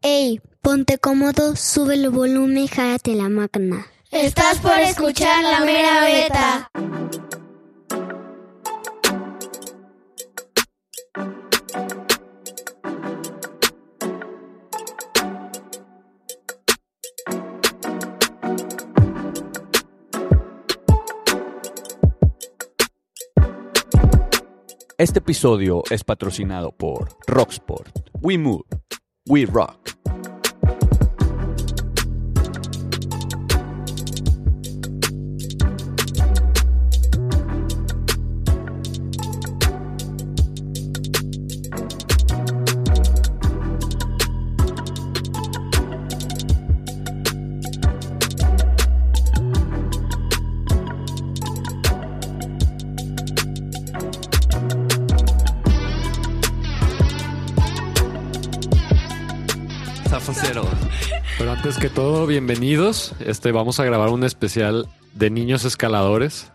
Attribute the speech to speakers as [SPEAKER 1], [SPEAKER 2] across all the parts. [SPEAKER 1] Ey, ponte cómodo, sube el volumen, járate la máquina.
[SPEAKER 2] Estás por escuchar la mera beta.
[SPEAKER 3] Este episodio es patrocinado por Rocksport, We Move, We Rock.
[SPEAKER 4] Zafacero. Pero antes que todo, bienvenidos. Este vamos a grabar un especial de niños escaladores.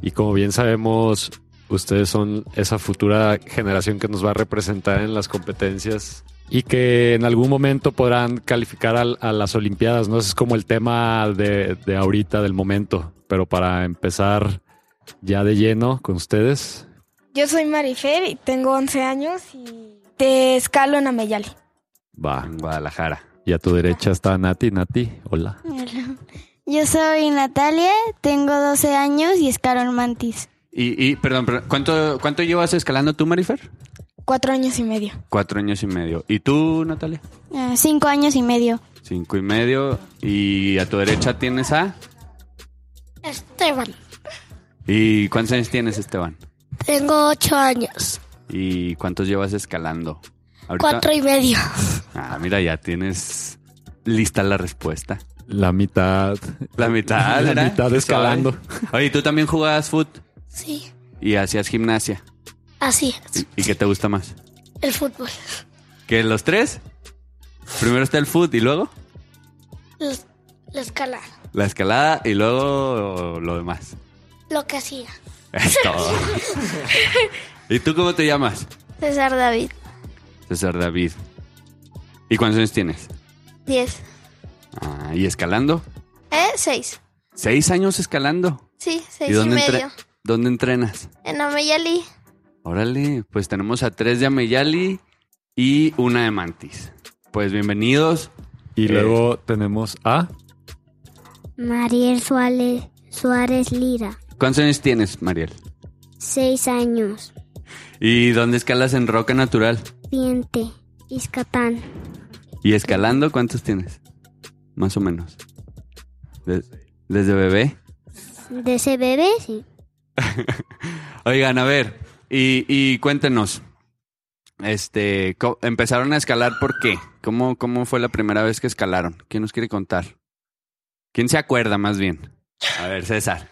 [SPEAKER 4] Y como bien sabemos, ustedes son esa futura generación que nos va a representar en las competencias y que en algún momento podrán calificar al- a, las Olimpiadas. No Ese es como el tema de, de ahorita, del momento. Pero para empezar ya de lleno con ustedes,
[SPEAKER 5] Yo soy Marifer y tengo 11 años y te escalo en Ameyali.
[SPEAKER 4] va.
[SPEAKER 3] En Guadalajara.
[SPEAKER 4] Y a tu derecha está Nati. Nati, hola.
[SPEAKER 2] Yo soy Natalia, tengo 12 años y es Carol Mantis.
[SPEAKER 3] Y, y, perdón, pero ¿cuánto, ¿cuánto llevas escalando tú, Marifer?
[SPEAKER 5] Cuatro años y medio.
[SPEAKER 3] Cuatro años y medio. ¿Y tú, Natalia?
[SPEAKER 6] Ah,
[SPEAKER 2] 5 cinco años y medio.
[SPEAKER 3] Cinco y medio. Y a tu derecha tienes a...
[SPEAKER 1] Esteban,
[SPEAKER 3] ¿Y cuántos años tienes, Esteban?
[SPEAKER 1] tengo ocho años,
[SPEAKER 3] ¿Y cuántos llevas escalando? Ahorita-
[SPEAKER 1] cuatro y medio.
[SPEAKER 3] Ah, mira, ya tienes lista la respuesta.
[SPEAKER 4] La mitad.
[SPEAKER 3] La mitad,
[SPEAKER 4] La
[SPEAKER 3] ¿verdad?
[SPEAKER 4] mitad escalando.
[SPEAKER 3] Oye, ¿tú también jugabas foot
[SPEAKER 1] Sí,
[SPEAKER 3] y hacías gimnasia?
[SPEAKER 1] así es,
[SPEAKER 3] ¿Y qué te gusta más?
[SPEAKER 1] el fútbol.
[SPEAKER 3] ¿Que los tres? Primero está el foot y luego
[SPEAKER 1] Los- La escala,
[SPEAKER 3] la escalada y luego lo demás.
[SPEAKER 1] lo que hacía.
[SPEAKER 3] Es todo. ¿Y tú cómo te llamas?
[SPEAKER 2] César David.
[SPEAKER 3] César David. ¿Y cuántos años tienes?
[SPEAKER 2] 10.
[SPEAKER 3] Ah, ¿Y escalando?
[SPEAKER 2] ¿Eh? 6.
[SPEAKER 3] ¿Seis años escalando?
[SPEAKER 2] Sí,
[SPEAKER 3] ¿Y
[SPEAKER 2] 6
[SPEAKER 3] dónde, entre- dónde entrenas?
[SPEAKER 2] En Ameyali.
[SPEAKER 3] Órale, pues tenemos a tres de Ameyali y una de Mantis. Pues bienvenidos.
[SPEAKER 4] Y
[SPEAKER 3] Eh.
[SPEAKER 4] luego tenemos a
[SPEAKER 1] Mariel Suárez, Suárez Lira,
[SPEAKER 3] ¿Cuántos años tienes, Mariel?
[SPEAKER 1] seis años,
[SPEAKER 3] ¿Y dónde escalas en roca natural?
[SPEAKER 1] diente, Iscatán,
[SPEAKER 3] ¿Y escalando cuántos tienes? Más o menos. De- ¿Desde bebé?
[SPEAKER 1] de ese bebé, sí.
[SPEAKER 3] Oigan, a ver, y, y cuéntenos. Este, co- empezaron a escalar por qué? ¿Cómo, ¿Cómo fue la primera vez que escalaron? ¿Quién nos quiere contar? ¿Quién se acuerda más bien? A ver, César.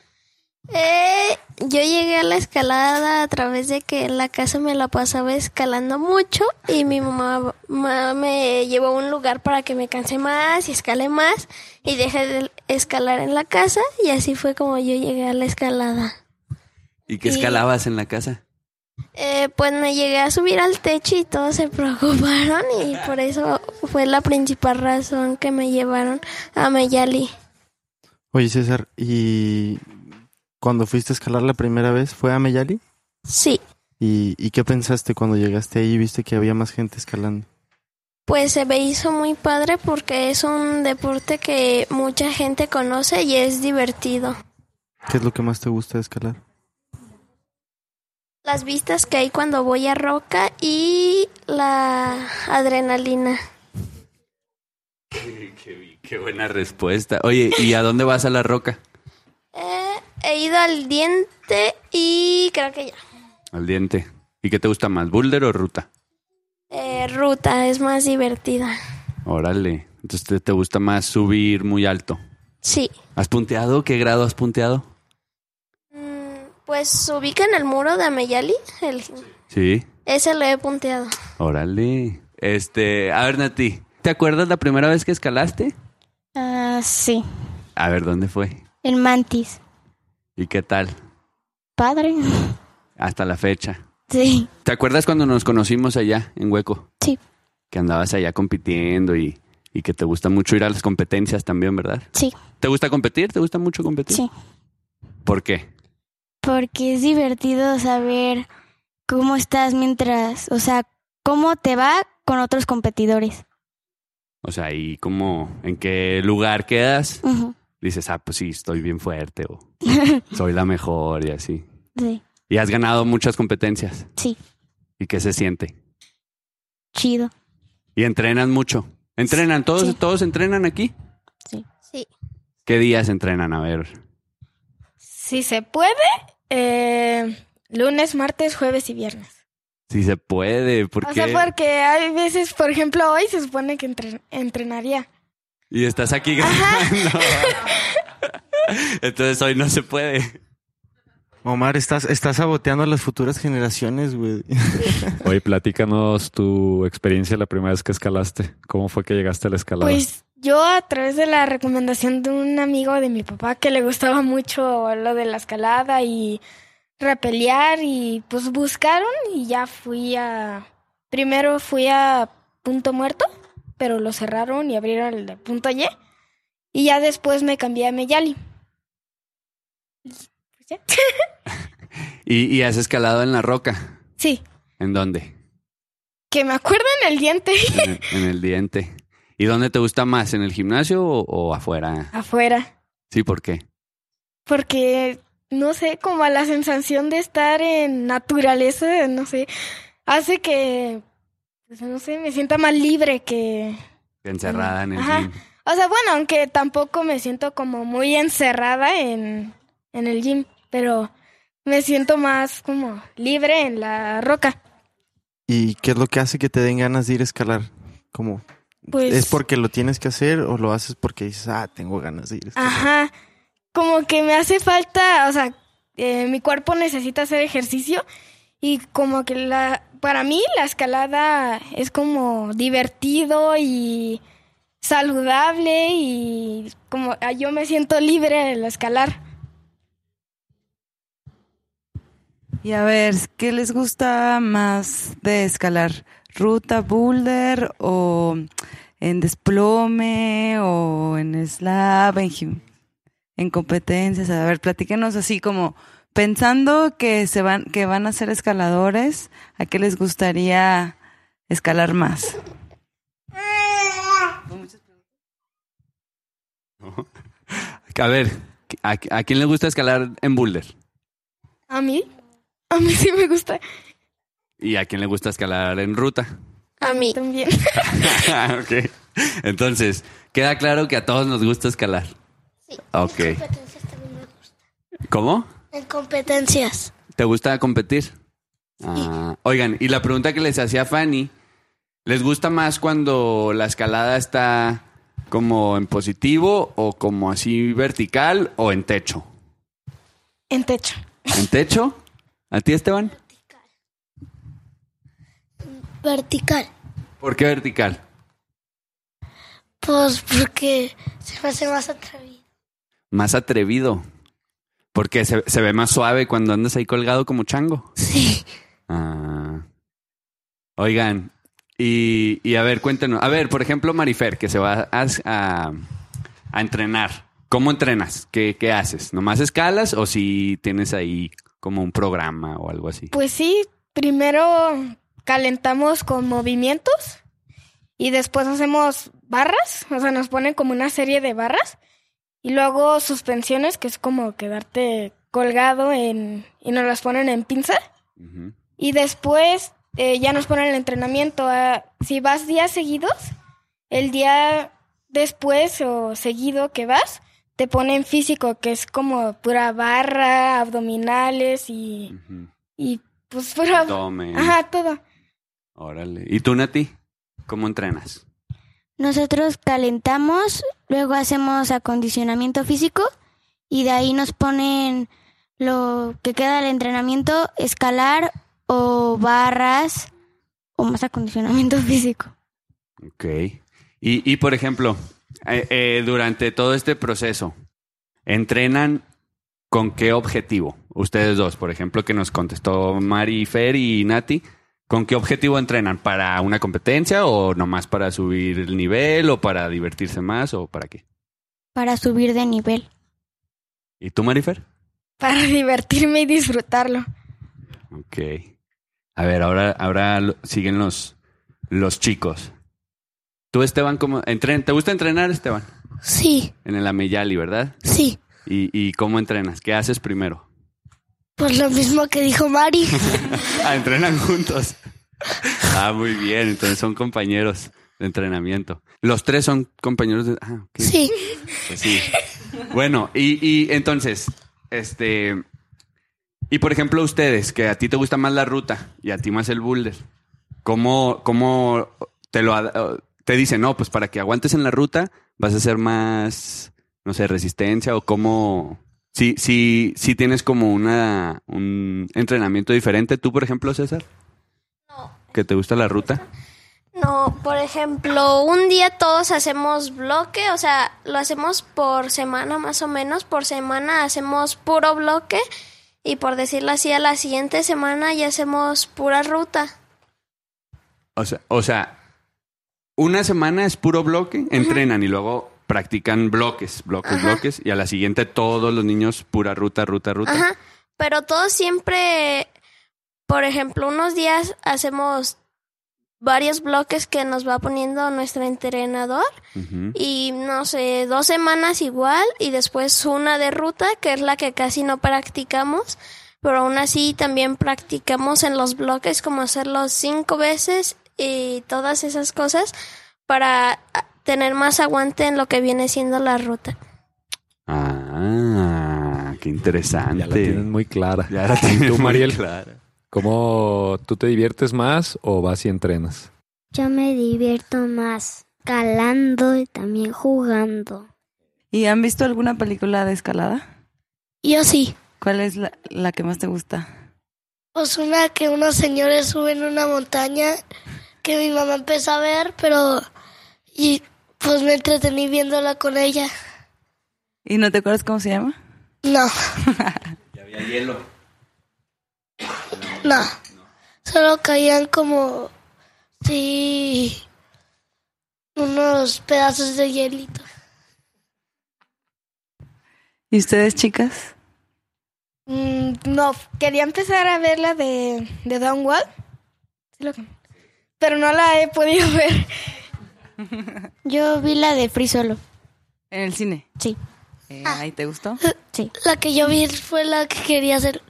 [SPEAKER 2] Eh, yo llegué a la escalada a través de que en la casa me la pasaba escalando mucho y mi mamá, mamá me llevó a un lugar para que me canse más y escale más y dejé de escalar en la casa y así fue como yo llegué a la escalada.
[SPEAKER 3] ¿Y qué
[SPEAKER 2] Sí.
[SPEAKER 3] escalabas en la casa?
[SPEAKER 2] Eh, pues me llegué a subir al techo y todos se preocuparon y por eso fue la principal razón que me llevaron a Meyali.
[SPEAKER 7] Oye, César, ¿y cuando fuiste a escalar la primera vez fue a Meyali?
[SPEAKER 2] Sí.
[SPEAKER 7] ¿Y, y qué pensaste cuando llegaste ahí y viste que había más gente escalando?
[SPEAKER 2] Pues se me hizo muy padre porque es un deporte que mucha gente conoce y es divertido.
[SPEAKER 7] ¿Qué es lo que más te gusta de escalar?
[SPEAKER 2] Las vistas que hay cuando voy a roca y la adrenalina.
[SPEAKER 3] Qué, qué buena respuesta. Oye, ¿y a dónde vas a la roca?
[SPEAKER 2] Eh, he ido al diente y creo que ya.
[SPEAKER 3] Al diente. ¿Y qué te gusta más, boulder o ruta?
[SPEAKER 2] Eh, ruta es más divertida.
[SPEAKER 3] Órale. Entonces te, te gusta más subir muy alto.
[SPEAKER 2] Sí.
[SPEAKER 3] ¿Has punteado? ¿Qué grado has punteado?
[SPEAKER 2] Mm, Pues ubican el muro de Ameyali. El,
[SPEAKER 3] Sí.
[SPEAKER 2] Ese lo he punteado.
[SPEAKER 3] Órale. Este, a ver, Nati, ¿te acuerdas la primera vez que escalaste?
[SPEAKER 6] Ah, sí,
[SPEAKER 3] A ver, ¿dónde fue?
[SPEAKER 6] el mantis.
[SPEAKER 3] ¿Y qué tal?
[SPEAKER 6] Padre.
[SPEAKER 3] Hasta la fecha.
[SPEAKER 6] Sí,
[SPEAKER 3] ¿Te acuerdas cuando nos conocimos allá en Hueco?
[SPEAKER 6] Sí.
[SPEAKER 3] que andabas allá compitiendo y, y que te gusta mucho ir a las competencias también, ¿verdad?
[SPEAKER 6] Sí.
[SPEAKER 3] ¿Te gusta competir? ¿Te gusta mucho competir?
[SPEAKER 6] Sí.
[SPEAKER 3] ¿Por qué?
[SPEAKER 6] Porque es divertido saber cómo estás mientras, o sea, cómo te va con otros competidores.
[SPEAKER 3] O sea, ¿y cómo, en qué lugar quedas?
[SPEAKER 6] Ujú.
[SPEAKER 3] Dices, ah, pues sí, estoy bien fuerte o soy la mejor y así.
[SPEAKER 6] Sí.
[SPEAKER 3] Y has ganado muchas competencias.
[SPEAKER 6] Sí.
[SPEAKER 3] ¿Y qué se siente?
[SPEAKER 6] Chido.
[SPEAKER 3] Y entrenan mucho. ¿Entrenan? ¿Todos,
[SPEAKER 6] Sí.
[SPEAKER 3] ¿todos entrenan aquí?
[SPEAKER 2] Sí.
[SPEAKER 3] ¿Qué días entrenan? A ver.
[SPEAKER 5] Si se puede, eh, lunes, martes, jueves y viernes.
[SPEAKER 3] Si se puede, porque...
[SPEAKER 5] O sea, porque hay veces, por ejemplo, hoy se supone que entre- entrenaría.
[SPEAKER 3] Y estás aquí grabando. Entonces hoy no se puede.
[SPEAKER 7] Omar, estás, estás saboteando a las futuras generaciones, güey.
[SPEAKER 4] Oye, platícanos tu experiencia la primera vez que escalaste. ¿Cómo fue que llegaste a la escalada?
[SPEAKER 5] Pues yo a través de la recomendación de un amigo de mi papá que le gustaba mucho lo de la escalada y repelear y pues buscaron y ya fui a... Primero fui a Punto Muerto, pero lo cerraron y abrieron el de Punto Y. Y ya después me cambié a Meyali. Pues ya.
[SPEAKER 3] Y, y has escalado en la roca.
[SPEAKER 5] Sí,
[SPEAKER 3] ¿En dónde?
[SPEAKER 5] que me acuerdan el diente
[SPEAKER 3] En el, en el diente. ¿Y dónde te gusta más? ¿En el gimnasio o, o afuera?
[SPEAKER 5] afuera.
[SPEAKER 3] Sí, ¿por qué?
[SPEAKER 5] porque no sé, como a la sensación de estar en naturaleza, no sé, hace que pues, no sé, me sienta más libre que
[SPEAKER 3] Encerrada en el
[SPEAKER 5] Ajá.
[SPEAKER 3] gym.
[SPEAKER 5] o sea, bueno, aunque tampoco me siento como muy encerrada en en el gym, pero me siento más como libre en la roca.
[SPEAKER 7] ¿Y qué es lo que hace que te den ganas de ir a escalar? Como,
[SPEAKER 5] Pues
[SPEAKER 7] ¿Es porque lo tienes que hacer o lo haces porque dices, ah, tengo ganas de ir a escalar?
[SPEAKER 5] Ajá. Como que me hace falta, o sea, eh, mi cuerpo necesita hacer ejercicio y como que la, para mí la escalada es como divertido y saludable y como ah, yo me siento libre al escalar.
[SPEAKER 8] Y a ver, ¿qué les gusta más de escalar? ¿Ruta boulder o en desplome o en slab, en, gim- en competencias? A ver, platíquenos así como pensando que se van que van a ser escaladores, ¿a qué les gustaría escalar más?
[SPEAKER 3] A ver, ¿a, a quién le gusta escalar en boulder?
[SPEAKER 5] A mí, a mí sí me gusta
[SPEAKER 3] ¿Y a quién le gusta escalar en ruta?
[SPEAKER 2] A mí.
[SPEAKER 5] también.
[SPEAKER 3] Ah, ok. Entonces, queda claro que a todos nos gusta escalar. Ok. ¿Cómo?
[SPEAKER 1] En competencias.
[SPEAKER 3] ¿Te gusta competir? Ah, oigan, y la pregunta que les hacía Fanny, ¿les gusta más cuando la escalada está como en positivo o como así vertical o en techo?
[SPEAKER 5] En techo.
[SPEAKER 3] ¿En techo? ¿A ti, Esteban?
[SPEAKER 1] Vertical.
[SPEAKER 3] ¿Por qué vertical?
[SPEAKER 1] Pues porque se me hace más atrevido.
[SPEAKER 3] Más atrevido. Porque se, se ve más suave cuando andas ahí colgado como chango.
[SPEAKER 1] Sí.
[SPEAKER 3] Ah. Oigan, y, y a ver, cuéntenos. A ver, por ejemplo, Marifer, que se va a, a- a entrenar. ¿Cómo entrenas? ¿Qué, qué haces? ¿Nomás escalas o si tienes ahí como un programa o algo así?
[SPEAKER 5] Pues sí, primero calentamos con movimientos y después hacemos barras, o sea, nos ponen como una serie de barras y luego suspensiones, que es como quedarte colgado en, y nos las ponen en pinza.
[SPEAKER 3] Ujú.
[SPEAKER 5] Y después eh, ya nos ponen el entrenamiento. ah, si vas días seguidos, el día después o seguido que vas, te ponen físico, que es como pura barra, abdominales y...
[SPEAKER 3] Ujú.
[SPEAKER 5] Y pues pura.
[SPEAKER 3] Abdomen.
[SPEAKER 5] Ajá, todo.
[SPEAKER 3] Órale. ¿Y tú, Nati? ¿Cómo entrenas?
[SPEAKER 6] Nosotros calentamos, luego hacemos acondicionamiento físico y de ahí nos ponen lo que queda del entrenamiento, escalar o barras o más acondicionamiento físico.
[SPEAKER 3] Ok. Y, y, por ejemplo, eh, eh, durante todo este proceso, ¿entrenan con qué objetivo? Ustedes dos, por ejemplo, que nos contestó Mari, Fer y Nati, ¿Con qué objetivo entrenan? ¿Para una competencia o nomás para subir el nivel o para divertirse más o para qué?
[SPEAKER 6] para subir de nivel.
[SPEAKER 3] ¿Y tú, Marifer?
[SPEAKER 5] para divertirme y disfrutarlo.
[SPEAKER 3] Ok. A ver, ahora, ahora lo- siguen los, los chicos. Tú, Esteban, ¿cómo entren- ¿te gusta entrenar, Esteban?
[SPEAKER 1] Sí,
[SPEAKER 3] En el Ameyali, ¿verdad?
[SPEAKER 1] sí.
[SPEAKER 3] ¿Y, ¿Y cómo entrenas? ¿Qué haces primero?
[SPEAKER 1] Pues lo mismo que dijo Mari.
[SPEAKER 3] Ah, entrenan juntos. Ah, muy bien. Entonces son compañeros de entrenamiento. Los tres son compañeros de. Ah, ok.
[SPEAKER 1] Sí.
[SPEAKER 3] Pues sí. Bueno, y, y entonces, este. Y por ejemplo, ustedes, que a ti te gusta más la ruta y a ti más el boulder, ¿cómo, cómo te lo ad- te dicen? No, pues para que aguantes en la ruta vas a hacer más, no sé, resistencia o cómo. Si, si, si tienes como una un entrenamiento diferente. ¿Tú, por ejemplo, César? No. ¿Que te gusta la ruta?
[SPEAKER 2] No, por ejemplo, un día todos hacemos bloque, o sea, lo hacemos por semana más o menos, por semana hacemos puro bloque y por decirlo así, a la siguiente semana ya hacemos pura ruta.
[SPEAKER 3] O sea, o sea, una semana es puro bloque, entrenan y luego practican bloques, bloques,
[SPEAKER 2] Ajá.
[SPEAKER 3] bloques, y a la siguiente todos los niños pura ruta, ruta, ruta.
[SPEAKER 2] Ajá, pero todos siempre, por ejemplo, unos días hacemos varios bloques que nos va poniendo nuestro entrenador
[SPEAKER 3] Ujú.
[SPEAKER 2] y no sé, dos semanas igual y después una de ruta, que es la que casi no practicamos, pero aún así también practicamos en los bloques como hacerlos cinco veces y todas esas cosas para ah, tener más aguante en lo que viene siendo la ruta.
[SPEAKER 3] Ah, qué interesante.
[SPEAKER 4] Ya la tienen muy clara.
[SPEAKER 3] Ya la tienen
[SPEAKER 4] ¿Y tú,
[SPEAKER 3] muy
[SPEAKER 4] Mariel?
[SPEAKER 3] clara.
[SPEAKER 4] ¿Cómo tú te diviertes más o vas y entrenas?
[SPEAKER 1] Yo me divierto más calando y también jugando.
[SPEAKER 8] ¿Y han visto alguna película de escalada?
[SPEAKER 1] Yo sí.
[SPEAKER 8] ¿Cuál es la, la que más te gusta?
[SPEAKER 9] Pues una que unos señores suben una montaña que mi mamá empezó a ver, pero y pues me entretení viéndola con ella.
[SPEAKER 8] ¿Y no te acuerdas cómo se llama?
[SPEAKER 9] No, no. Solo caían como sí unos pedazos de hielito.
[SPEAKER 8] ¿Y ustedes, chicas?
[SPEAKER 5] Mm, no, quería empezar a ver la de, de Downward. Sí, lo que- Pero no la he podido ver.
[SPEAKER 6] Yo vi la de Free Solo.
[SPEAKER 8] En el cine.
[SPEAKER 6] Sí.
[SPEAKER 8] Eh, ¿Ahí te gustó?
[SPEAKER 6] Sí.
[SPEAKER 9] La que yo vi fue la que quería hacer,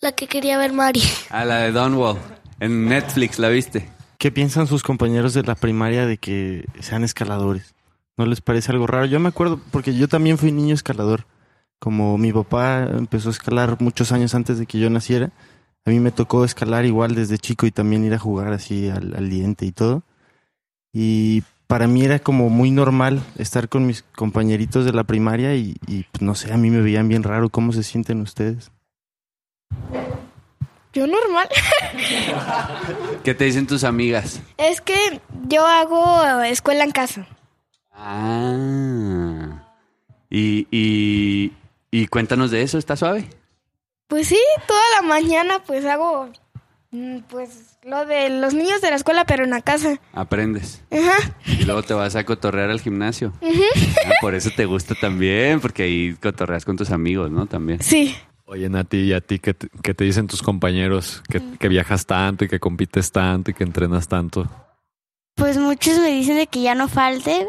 [SPEAKER 9] la que quería ver Mari.
[SPEAKER 3] A la de Dunwall. En Netflix la viste.
[SPEAKER 7] ¿Qué piensan sus compañeros de la primaria de que sean escaladores? ¿No les parece algo raro? Yo me acuerdo, porque yo también fui niño escalador. Como mi papá empezó a escalar muchos años antes de que yo naciera, a mí me tocó escalar igual desde chico y también ir a jugar así al, al diente y todo. Y para mí era como muy normal estar con mis compañeritos de la primaria y, y, pues, no sé, a mí me veían bien raro. ¿Cómo se sienten ustedes?
[SPEAKER 5] Yo normal.
[SPEAKER 3] ¿Qué te dicen tus amigas?
[SPEAKER 5] Es que yo hago eh, escuela en casa.
[SPEAKER 3] Ah. Y, y, y cuéntanos de eso, ¿está suave?
[SPEAKER 5] Pues sí, toda la mañana pues hago mm, pues lo de los niños de la escuela, pero en la casa.
[SPEAKER 3] Aprendes.
[SPEAKER 5] Ajá.
[SPEAKER 3] Y luego te vas a cotorrear al gimnasio. Ah, por eso te gusta también, porque ahí cotorreas con tus amigos, ¿no? También.
[SPEAKER 5] Sí.
[SPEAKER 4] Oye, Nati, ¿y a ti qué te, qué te dicen tus compañeros? Que, que viajas tanto y que compites tanto y que entrenas tanto.
[SPEAKER 6] Pues muchos me dicen de que ya no falte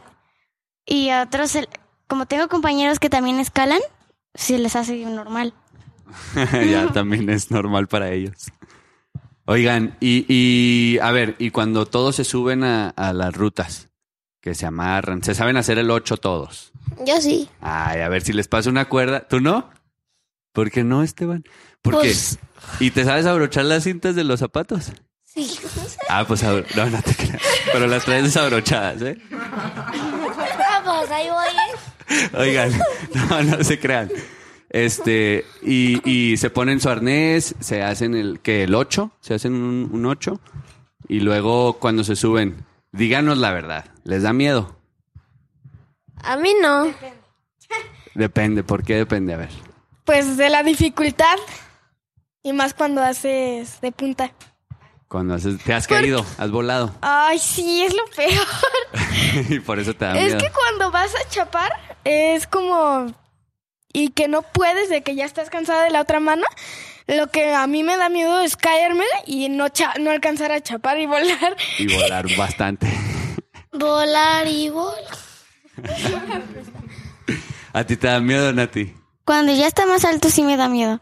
[SPEAKER 6] y a otros, se- como tengo compañeros que también escalan, se les hace normal.
[SPEAKER 3] ya también es normal para ellos. Oigan, y, y, a ver, y cuando todos se suben a, a las rutas, que se amarran, se saben hacer el 8 todos.
[SPEAKER 2] Yo sí.
[SPEAKER 3] Ay, a ver si les pasa una cuerda. ¿Tú no? ¿Por qué no, Esteban? ¿Por
[SPEAKER 9] Pues-
[SPEAKER 3] qué? ¿Y te sabes abrochar las cintas de los zapatos?
[SPEAKER 9] Sí.
[SPEAKER 3] Ah, pues abro- no, no te creas. Pero las traes desabrochadas, ¿eh?
[SPEAKER 9] Vamos, ahí voy. ¿eh?
[SPEAKER 3] Oigan, no, no se crean. Este, y, y se ponen su arnés, se hacen el, que el 8, se hacen un, un 8, y luego cuando se suben, díganos la verdad, ¿les da miedo?
[SPEAKER 2] A mí no.
[SPEAKER 3] Depende, ¿por qué depende? A ver.
[SPEAKER 5] Pues de la dificultad. Y más cuando haces de punta.
[SPEAKER 3] Cuando haces, te has caído, has volado.
[SPEAKER 5] Ay, sí, es lo peor.
[SPEAKER 3] y por eso te da
[SPEAKER 5] Es
[SPEAKER 3] miedo.
[SPEAKER 5] que cuando vas a chapar es como y que no puedes de que ya estás cansada de la otra mano. Lo que a mí me da miedo es caerme y no cha- no alcanzar a chapar y volar.
[SPEAKER 3] Y volar bastante.
[SPEAKER 9] Volar y volar.
[SPEAKER 3] A ti te da miedo, Nati.
[SPEAKER 6] Cuando ya está más alto sí me da miedo.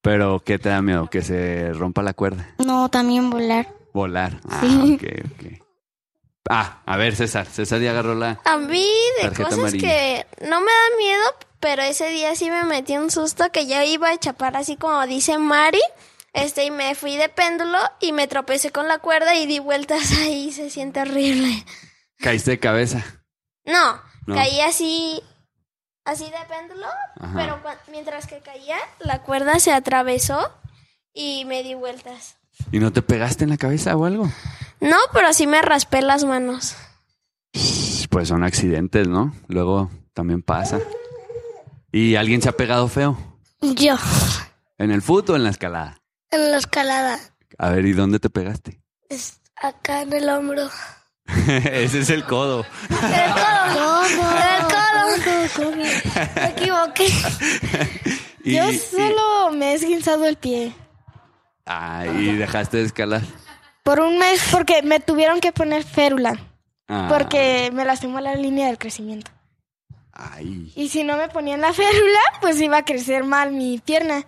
[SPEAKER 3] Pero ¿qué te da miedo? Que se rompa la cuerda.
[SPEAKER 6] No, también volar.
[SPEAKER 3] Volar. Ah,
[SPEAKER 6] Sí.
[SPEAKER 3] ok, ok. Ah, a ver, César. César ya agarró la.
[SPEAKER 2] A mí de
[SPEAKER 3] Tarjeta
[SPEAKER 2] cosas
[SPEAKER 3] amarilla.
[SPEAKER 2] que no me da miedo, pero ese día sí me metí un susto que yo iba a chapar así como dice Mari. Este, y me fui de péndulo y me tropecé con la cuerda y di vueltas ahí, se siente horrible.
[SPEAKER 3] Caíste de cabeza.
[SPEAKER 2] No,
[SPEAKER 3] No.
[SPEAKER 2] caí así, así de péndulo,
[SPEAKER 3] Ajá.
[SPEAKER 2] pero cua- mientras que caía, la cuerda se atravesó y me di vueltas.
[SPEAKER 3] ¿Y no te pegaste en la cabeza o algo?
[SPEAKER 2] No, pero sí me raspé las manos.
[SPEAKER 3] Pues son accidentes, ¿no? Luego también pasa. ¿Y alguien se ha pegado feo?
[SPEAKER 9] Yo.
[SPEAKER 3] ¿En el fútbol o en la escalada?
[SPEAKER 9] En la escalada.
[SPEAKER 3] A ver, ¿y dónde te pegaste?
[SPEAKER 9] Es acá en el hombro.
[SPEAKER 3] Ese es el codo.
[SPEAKER 9] En el codo. En el codo. Me equivoqué.
[SPEAKER 3] Y,
[SPEAKER 5] Yo
[SPEAKER 3] y-
[SPEAKER 5] solo me he esguinzado el pie.
[SPEAKER 3] Ah, y dejaste de escalar.
[SPEAKER 5] Por un mes porque me tuvieron que poner férula.
[SPEAKER 3] Ah,
[SPEAKER 5] Porque me lastimó la línea del crecimiento.
[SPEAKER 3] Ay.
[SPEAKER 5] Y si no me ponían la férula, pues iba a crecer mal mi pierna.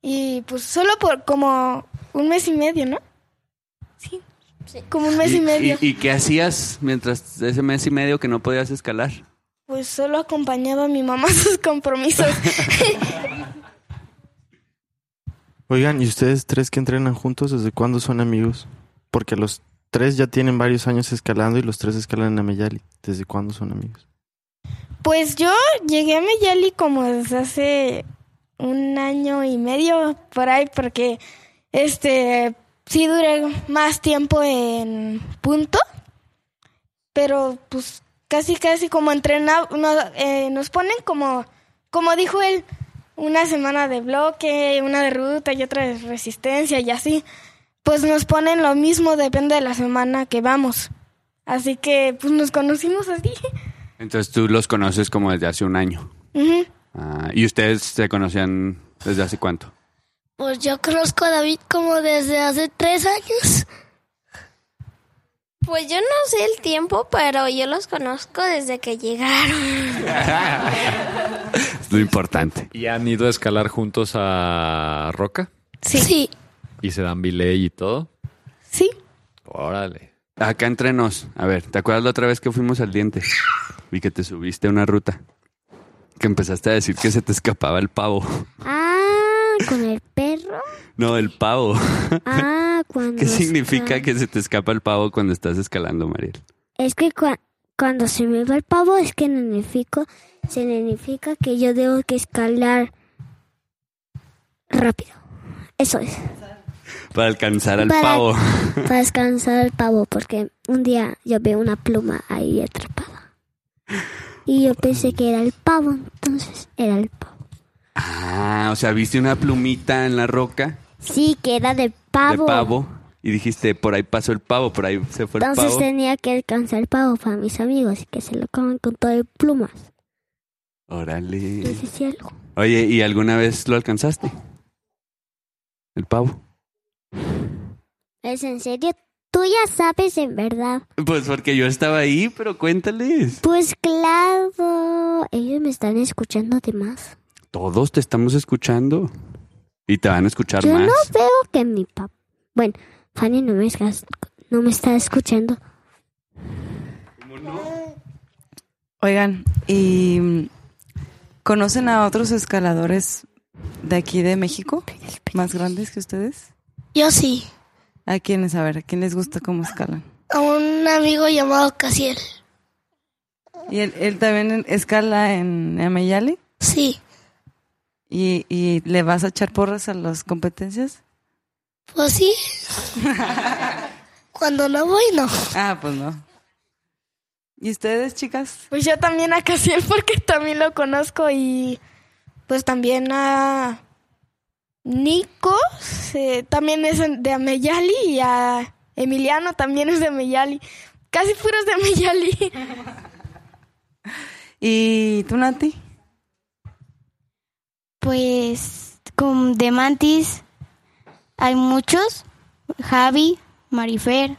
[SPEAKER 5] Y pues solo por como un mes y medio, ¿no? Sí. Como un mes y,
[SPEAKER 3] ¿Y-
[SPEAKER 5] medio.
[SPEAKER 3] ¿Y, y qué hacías mientras ese mes y medio que no podías escalar?
[SPEAKER 5] Pues solo acompañaba a mi mamá a sus compromisos.
[SPEAKER 7] Oigan, ¿y ustedes tres que entrenan juntos, desde cuándo son amigos? Porque los tres ya tienen varios años escalando y los tres escalan en Ameyali. ¿Desde cuándo son amigos?
[SPEAKER 5] pues yo llegué a Meyali como desde hace un año y medio por ahí porque este sí duré más tiempo en punto, pero pues casi casi como entrenaba nos, eh, nos ponen como como dijo él una semana de bloque, una de ruta y otra de resistencia y así. Pues nos ponen lo mismo depende de la semana que vamos. Así que pues nos conocimos así.
[SPEAKER 3] Entonces tú los conoces como desde hace un año.
[SPEAKER 5] Ujú.
[SPEAKER 3] Ah, ¿Y ustedes se conocían desde hace cuánto?
[SPEAKER 9] Pues yo conozco a David como desde hace tres años.
[SPEAKER 2] Pues yo no sé el tiempo, pero yo los conozco desde que llegaron.
[SPEAKER 3] Es lo importante.
[SPEAKER 4] ¿Y han ido a escalar juntos a Roca?
[SPEAKER 9] Sí. Sí.
[SPEAKER 4] ¿Y se dan bilay y todo?
[SPEAKER 5] Sí.
[SPEAKER 4] Órale.
[SPEAKER 3] Acá entre nos. A ver, ¿te acuerdas la otra vez que fuimos al diente? Y que te subiste a una ruta. Que empezaste a decir que se te escapaba el pavo.
[SPEAKER 1] Ah, con el perro.
[SPEAKER 3] No, el pavo.
[SPEAKER 1] Ah, cuando.
[SPEAKER 3] ¿Qué significa
[SPEAKER 1] está-
[SPEAKER 3] que se te escapa el pavo cuando estás escalando, Mariel?
[SPEAKER 1] Es que cua- cuando se me va el pavo, es que significa, significa que yo debo que escalar rápido. Eso es.
[SPEAKER 3] Para alcanzar al
[SPEAKER 1] Para-
[SPEAKER 3] pavo.
[SPEAKER 1] Para descansar el pavo, porque un día yo vi una pluma ahí atrapada. Y yo pensé que era el pavo, entonces era el pavo.
[SPEAKER 3] Ah, o sea, viste una plumita en la roca
[SPEAKER 1] Sí, que era de pavo.
[SPEAKER 3] de pavo y dijiste, por ahí pasó el pavo, por ahí se fue el
[SPEAKER 1] Entonces eh,
[SPEAKER 3] pavo.
[SPEAKER 1] tenía que alcanzar el pavo para mis amigos y que se lo comen con todo de plumas.
[SPEAKER 3] Órale.
[SPEAKER 1] Entonces sí, algo.
[SPEAKER 3] Oye, ¿y alguna vez lo alcanzaste? El pavo.
[SPEAKER 1] Es en serio, tú ya sabes en verdad.
[SPEAKER 3] Pues porque yo estaba ahí, pero cuéntales.
[SPEAKER 1] Pues claro, ellos me están escuchando de más.
[SPEAKER 3] Todos te estamos escuchando. Y te van a escuchar
[SPEAKER 1] Yo
[SPEAKER 3] más.
[SPEAKER 1] no veo que mi papá... Bueno, Fanny no me, esca- no me está escuchando.
[SPEAKER 8] Oigan, ¿y mm, conocen a otros escaladores de aquí de México? ¿Más grandes que ustedes?
[SPEAKER 9] Yo sí.
[SPEAKER 8] ¿A quiénes? A ver, ¿a quién les gusta cómo escalan?
[SPEAKER 9] A un amigo llamado Casiel.
[SPEAKER 8] ¿Y él, él también escala en Ameyali?
[SPEAKER 9] Sí.
[SPEAKER 8] ¿Y, ¿Y le vas a echar porras a las competencias?
[SPEAKER 9] Pues sí. Cuando no voy, no.
[SPEAKER 8] Ah, pues no. ¿Y ustedes, chicas?
[SPEAKER 5] Pues yo también a Casiel porque también lo conozco y pues también a Nico se- también es de Ameyali y a Emiliano también es de Ameyali. Casi puros de Ameyali.
[SPEAKER 8] ¿Y tú, Nati?
[SPEAKER 6] Pues con de mantis hay muchos, Javi, Marifer,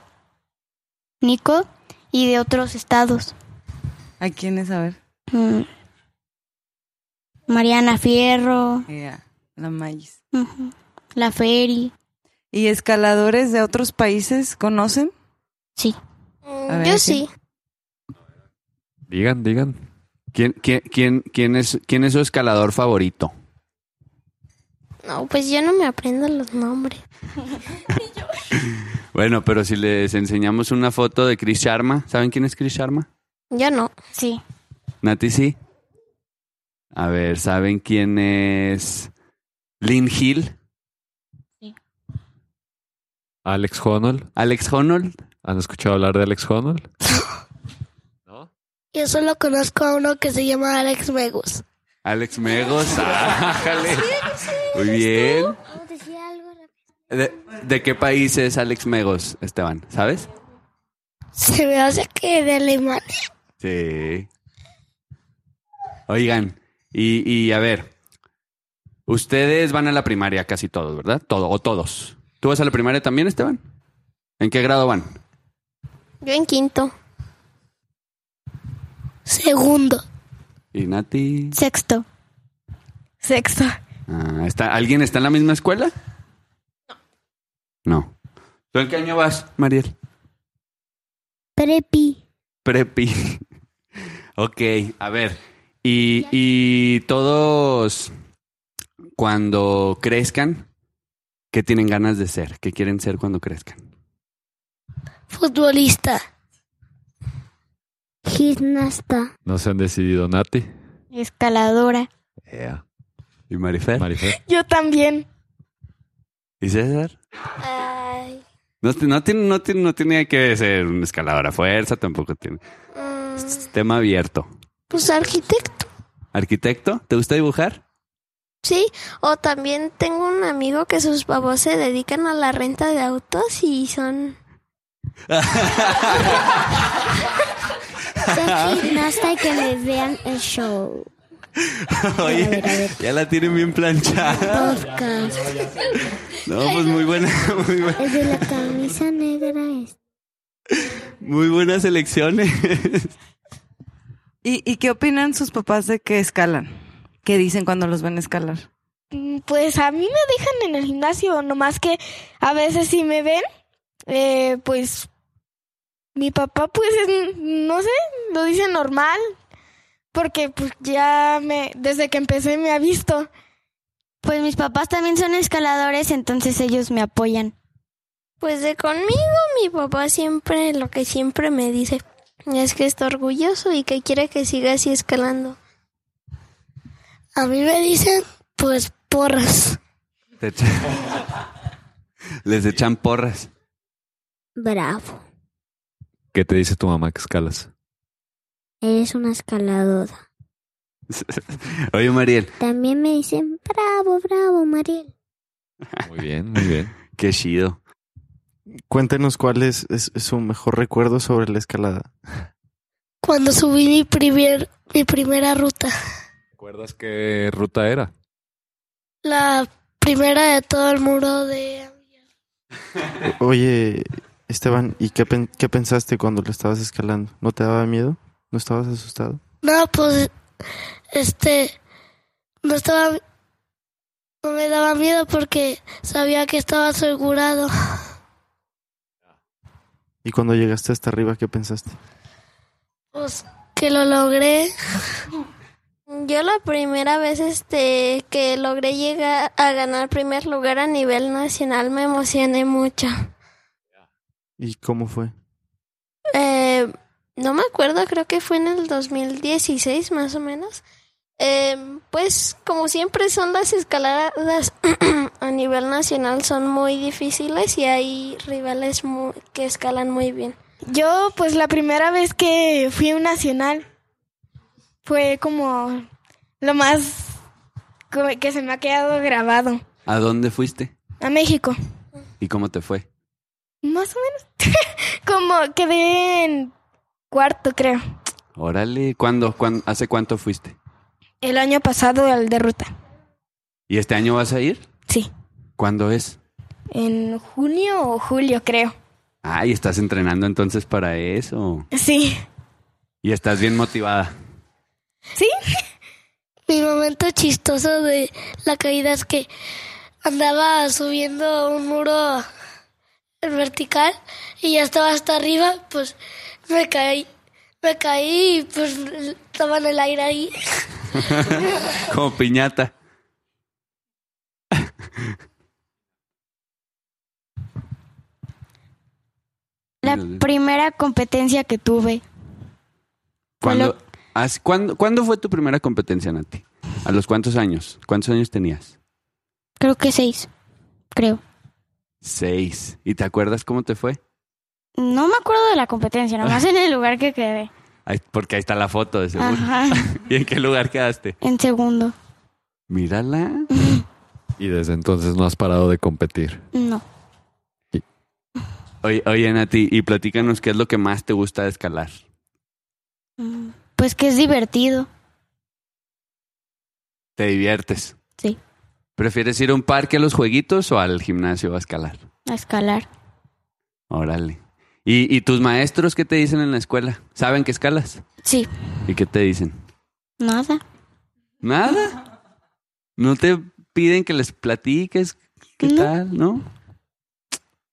[SPEAKER 6] Nico y de otros estados.
[SPEAKER 8] ¿A quiénes? A ver.
[SPEAKER 6] Mm. Mariana Fierro,
[SPEAKER 8] Ea, Eh, la Mayis.
[SPEAKER 6] ujú, La Feri,
[SPEAKER 8] ¿Y escaladores de otros países conocen?
[SPEAKER 6] sí.
[SPEAKER 8] A ver,
[SPEAKER 2] yo
[SPEAKER 8] ¿a quién?
[SPEAKER 2] sí.
[SPEAKER 4] Digan, digan.
[SPEAKER 3] ¿Quién, quién, quién, quién es, ¿Quién es su escalador favorito?
[SPEAKER 2] No, pues yo no me aprendo los nombres.
[SPEAKER 3] Bueno, pero si les enseñamos una foto de Chris Sharma, ¿saben quién es Chris Sharma?
[SPEAKER 2] Yo no.
[SPEAKER 6] Sí.
[SPEAKER 3] Nati, sí. A ver, ¿saben quién es Lynn Hill?
[SPEAKER 4] Alex Honnold.
[SPEAKER 3] Alex Honnold.
[SPEAKER 4] ¿Han escuchado hablar de Alex Honnold?
[SPEAKER 9] Yo solo conozco a uno que se llama Alex Megus.
[SPEAKER 3] Alex Megos. ájale. Muy bien. ¿De, de qué país es Alex Megos, Esteban? ¿Sabes?
[SPEAKER 9] Se me hace que de alemán.
[SPEAKER 3] Sí. Oigan, y, y a ver, ustedes van a la primaria casi todos, ¿verdad? Todo, o todos. ¿Tú vas a la primaria también, Esteban? ¿En qué grado van?
[SPEAKER 2] Yo en quinto.
[SPEAKER 9] Segundo.
[SPEAKER 3] ¿Y Nati?
[SPEAKER 6] Sexto.
[SPEAKER 5] Sexto.
[SPEAKER 3] Ah, ¿está, ¿Alguien está en la misma escuela? No. ¿Tú en qué año vas, Mariel?
[SPEAKER 1] Prepi.
[SPEAKER 3] Prepi. ok, a ver. Y, y todos, cuando crezcan, ¿qué tienen ganas de ser? ¿Qué quieren ser cuando crezcan?
[SPEAKER 9] Futbolista.
[SPEAKER 1] Gimnasta.
[SPEAKER 4] No se han decidido, Nati.
[SPEAKER 6] Escaladora.
[SPEAKER 4] Ea.
[SPEAKER 3] ¿Y Marifer?
[SPEAKER 4] Marifer.
[SPEAKER 5] Yo también.
[SPEAKER 3] ¿Y César?
[SPEAKER 2] Ay.
[SPEAKER 3] No, ti- no, tiene, no, tiene, no tiene que ser un escalador a fuerza, tampoco tiene.
[SPEAKER 2] mm,
[SPEAKER 3] Tema abierto.
[SPEAKER 2] pues arquitecto.
[SPEAKER 3] ¿Arquitecto? ¿Te gusta dibujar?
[SPEAKER 2] Sí, o también tengo un amigo que sus papás se dedican a la renta de autos y son...
[SPEAKER 1] Ser gimnasta y que me vean el show. A
[SPEAKER 3] Oye,
[SPEAKER 1] ver, a ver.
[SPEAKER 3] ya la tienen bien planchada.
[SPEAKER 1] Podcast.
[SPEAKER 3] No, pues muy buena, muy, bu-
[SPEAKER 1] El de la camisa negra es.
[SPEAKER 3] muy eh. buenas elecciones.
[SPEAKER 8] ¿Y, y qué opinan sus papás de que escalan? ¿Qué dicen cuando los ven escalar?
[SPEAKER 5] Mm, Pues a mí me dejan en el gimnasio, nomás que a veces si me ven, eh, pues mi papá pues es, no sé, lo dice normal, porque pues ya me, desde que empecé me ha visto.
[SPEAKER 6] Pues mis papás también son escaladores, entonces ellos me apoyan.
[SPEAKER 2] Pues de conmigo mi papá siempre, lo que siempre me dice, es que está orgulloso y que quiere que siga así escalando.
[SPEAKER 9] A mí me dicen, pues, porras.
[SPEAKER 3] Te echa- Les echan porras.
[SPEAKER 1] Bravo.
[SPEAKER 4] ¿Qué te dice tu mamá que escalas?
[SPEAKER 1] Eres una escaladora.
[SPEAKER 3] Oye, Mariel,
[SPEAKER 1] También me dicen, bravo, bravo, Mariel.
[SPEAKER 4] Muy bien, muy bien.
[SPEAKER 3] qué chido.
[SPEAKER 7] Cuéntenos cuál es, es- es su mejor recuerdo sobre la escalada.
[SPEAKER 9] Cuando subí mi, primer, mi primera ruta.
[SPEAKER 4] ¿Recuerdas qué ruta era?
[SPEAKER 9] La primera de todo el muro de...
[SPEAKER 7] O- Oye, Esteban, ¿y qué, pen- qué pensaste cuando lo estabas escalando? ¿No te daba miedo? ¿No estabas asustado?
[SPEAKER 9] No, pues, este... No estaba... No me daba miedo porque sabía que estaba asegurado.
[SPEAKER 7] ¿Y cuando llegaste hasta arriba, qué pensaste?
[SPEAKER 9] Pues que lo logré.
[SPEAKER 2] Yo la primera vez este que logré llegar a ganar primer lugar a nivel nacional me emocioné mucho.
[SPEAKER 7] ¿Y cómo fue?
[SPEAKER 2] Eh, no me acuerdo, creo que fue en el 2016 más o menos. Eh, pues como siempre son las escaladas a nivel nacional son muy difíciles y hay rivales mu- que escalan muy bien.
[SPEAKER 5] Yo pues la primera vez que fui a un nacional fue como lo más como que se me ha quedado grabado.
[SPEAKER 3] ¿A dónde fuiste?
[SPEAKER 5] a México.
[SPEAKER 3] ¿Y cómo te fue?
[SPEAKER 5] Más o menos. Como quedé en cuarto, creo.
[SPEAKER 3] Órale, ¿cuándo? cuán- ¿Hace cuánto fuiste?
[SPEAKER 5] El año pasado al de ruta.
[SPEAKER 3] ¿Y este año vas a ir?
[SPEAKER 5] Sí.
[SPEAKER 3] ¿Cuándo es?
[SPEAKER 5] En junio o julio, creo.
[SPEAKER 3] Ay, estás entrenando entonces para eso.
[SPEAKER 5] Sí.
[SPEAKER 3] Y estás bien motivada.
[SPEAKER 9] Mi momento chistoso de la caída es que andaba subiendo un muro en vertical y ya estaba hasta arriba, pues me caí. Me caí y pues estaba en el aire ahí.
[SPEAKER 3] Como piñata.
[SPEAKER 6] La
[SPEAKER 3] Ándale.
[SPEAKER 6] primera competencia que tuve.
[SPEAKER 3] ¿Cuándo, has- ¿cuándo, cuándo fue tu primera competencia, Nati? ¿A los cuántos años? ¿Cuántos años tenías?
[SPEAKER 6] Creo que seis. Creo.
[SPEAKER 3] Seis. ¿Y te acuerdas cómo te fue?
[SPEAKER 6] No me acuerdo de la competencia, nomás en el lugar que quedé.
[SPEAKER 3] Ay, porque ahí está la foto, de seguro.
[SPEAKER 6] Ajá.
[SPEAKER 3] ¿Y en qué lugar quedaste?
[SPEAKER 6] En segundo.
[SPEAKER 3] Mírala.
[SPEAKER 4] Y desde entonces no has parado de competir.
[SPEAKER 6] No.
[SPEAKER 3] Oye, oye, Nati, y platícanos qué es lo que más te gusta de escalar.
[SPEAKER 6] Mm, Pues que es divertido.
[SPEAKER 3] ¿Te diviertes?
[SPEAKER 6] Sí.
[SPEAKER 3] ¿Prefieres ir a un parque a los jueguitos o al gimnasio a escalar?
[SPEAKER 6] A escalar.
[SPEAKER 3] Órale. ¿Y, y tus maestros qué te dicen en la escuela? ¿Saben que escalas?
[SPEAKER 6] Sí.
[SPEAKER 3] ¿Y qué te dicen?
[SPEAKER 6] Nada.
[SPEAKER 3] ¿Nada? ¿No te piden que les platiques qué
[SPEAKER 6] No.
[SPEAKER 3] tal? ¿No?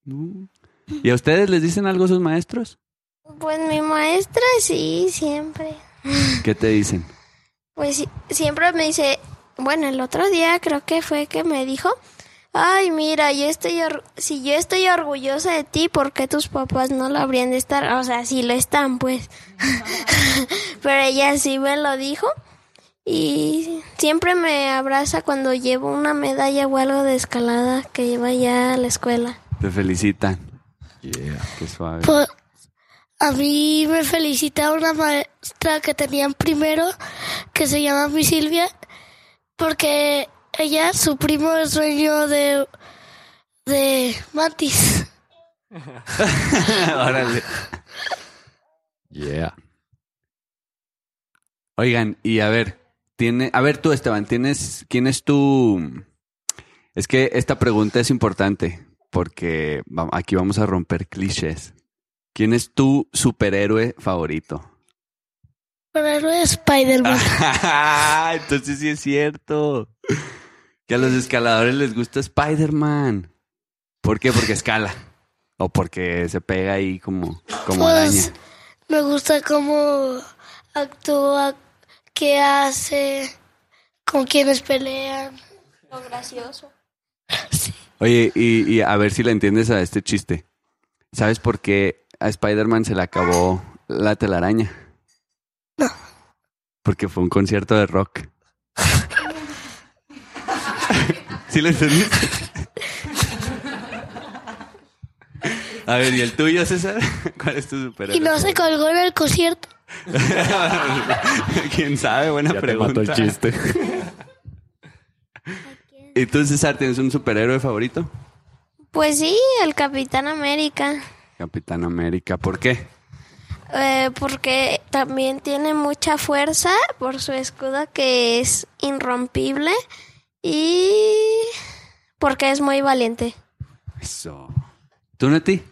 [SPEAKER 3] No. ¿Y a ustedes les dicen algo sus maestros?
[SPEAKER 2] Pues mi maestra sí, siempre.
[SPEAKER 3] ¿Qué te dicen?
[SPEAKER 2] Pues sí, siempre me dice, bueno, el otro día creo que fue que me dijo, ay, mira, yo estoy or- si yo estoy orgullosa de ti, ¿por qué tus papás no lo habrían de estar? O sea, si lo están, pues. Pero ella sí me lo dijo y siempre me abraza cuando llevo una medalla o algo de escalada que lleva ya a la escuela.
[SPEAKER 3] Te felicitan. Qué suave.
[SPEAKER 9] Pues, a mí me felicita una maestra que tenían primero, que se llama mi Silvia, porque ella, su primo es dueño de, de Matis.
[SPEAKER 3] Órale.
[SPEAKER 4] Yeah.
[SPEAKER 3] Oigan, y a ver, tiene, a ver tú, Esteban, tienes, ¿quién es tu? Es que esta pregunta es importante porque va- aquí vamos a romper clichés. ¿Quién es tu superhéroe favorito?
[SPEAKER 9] Pero no es Spider-Man.
[SPEAKER 3] Ah, Entonces sí es cierto. Que a los escaladores les gusta Spider-Man. ¿Por qué? Porque escala. O porque se pega ahí como, como araña.
[SPEAKER 9] Pues, me gusta cómo actúa, qué hace, con quiénes pelean.
[SPEAKER 2] Lo gracioso.
[SPEAKER 3] Oye, y, y a ver si le entiendes a este chiste. ¿Sabes por qué a Spider-Man se le acabó la telaraña?
[SPEAKER 9] No.
[SPEAKER 3] Porque fue un concierto de rock. ¿Sí lo entendiste? A ver, ¿y el tuyo, César? ¿Cuál es tu superhéroe?
[SPEAKER 9] Y no se colgó en el concierto.
[SPEAKER 3] ¿Quién sabe? Buena
[SPEAKER 4] Ya te mató
[SPEAKER 3] pregunta.
[SPEAKER 4] el chiste.
[SPEAKER 3] ¿Y tú, César, tienes un superhéroe favorito?
[SPEAKER 2] Pues sí, el Capitán América.
[SPEAKER 3] Capitán América. ¿Por qué?
[SPEAKER 2] Eh, porque también tiene mucha fuerza por su escudo que es irrompible y porque es muy valiente.
[SPEAKER 3] Eso. ¿Tú, Nati?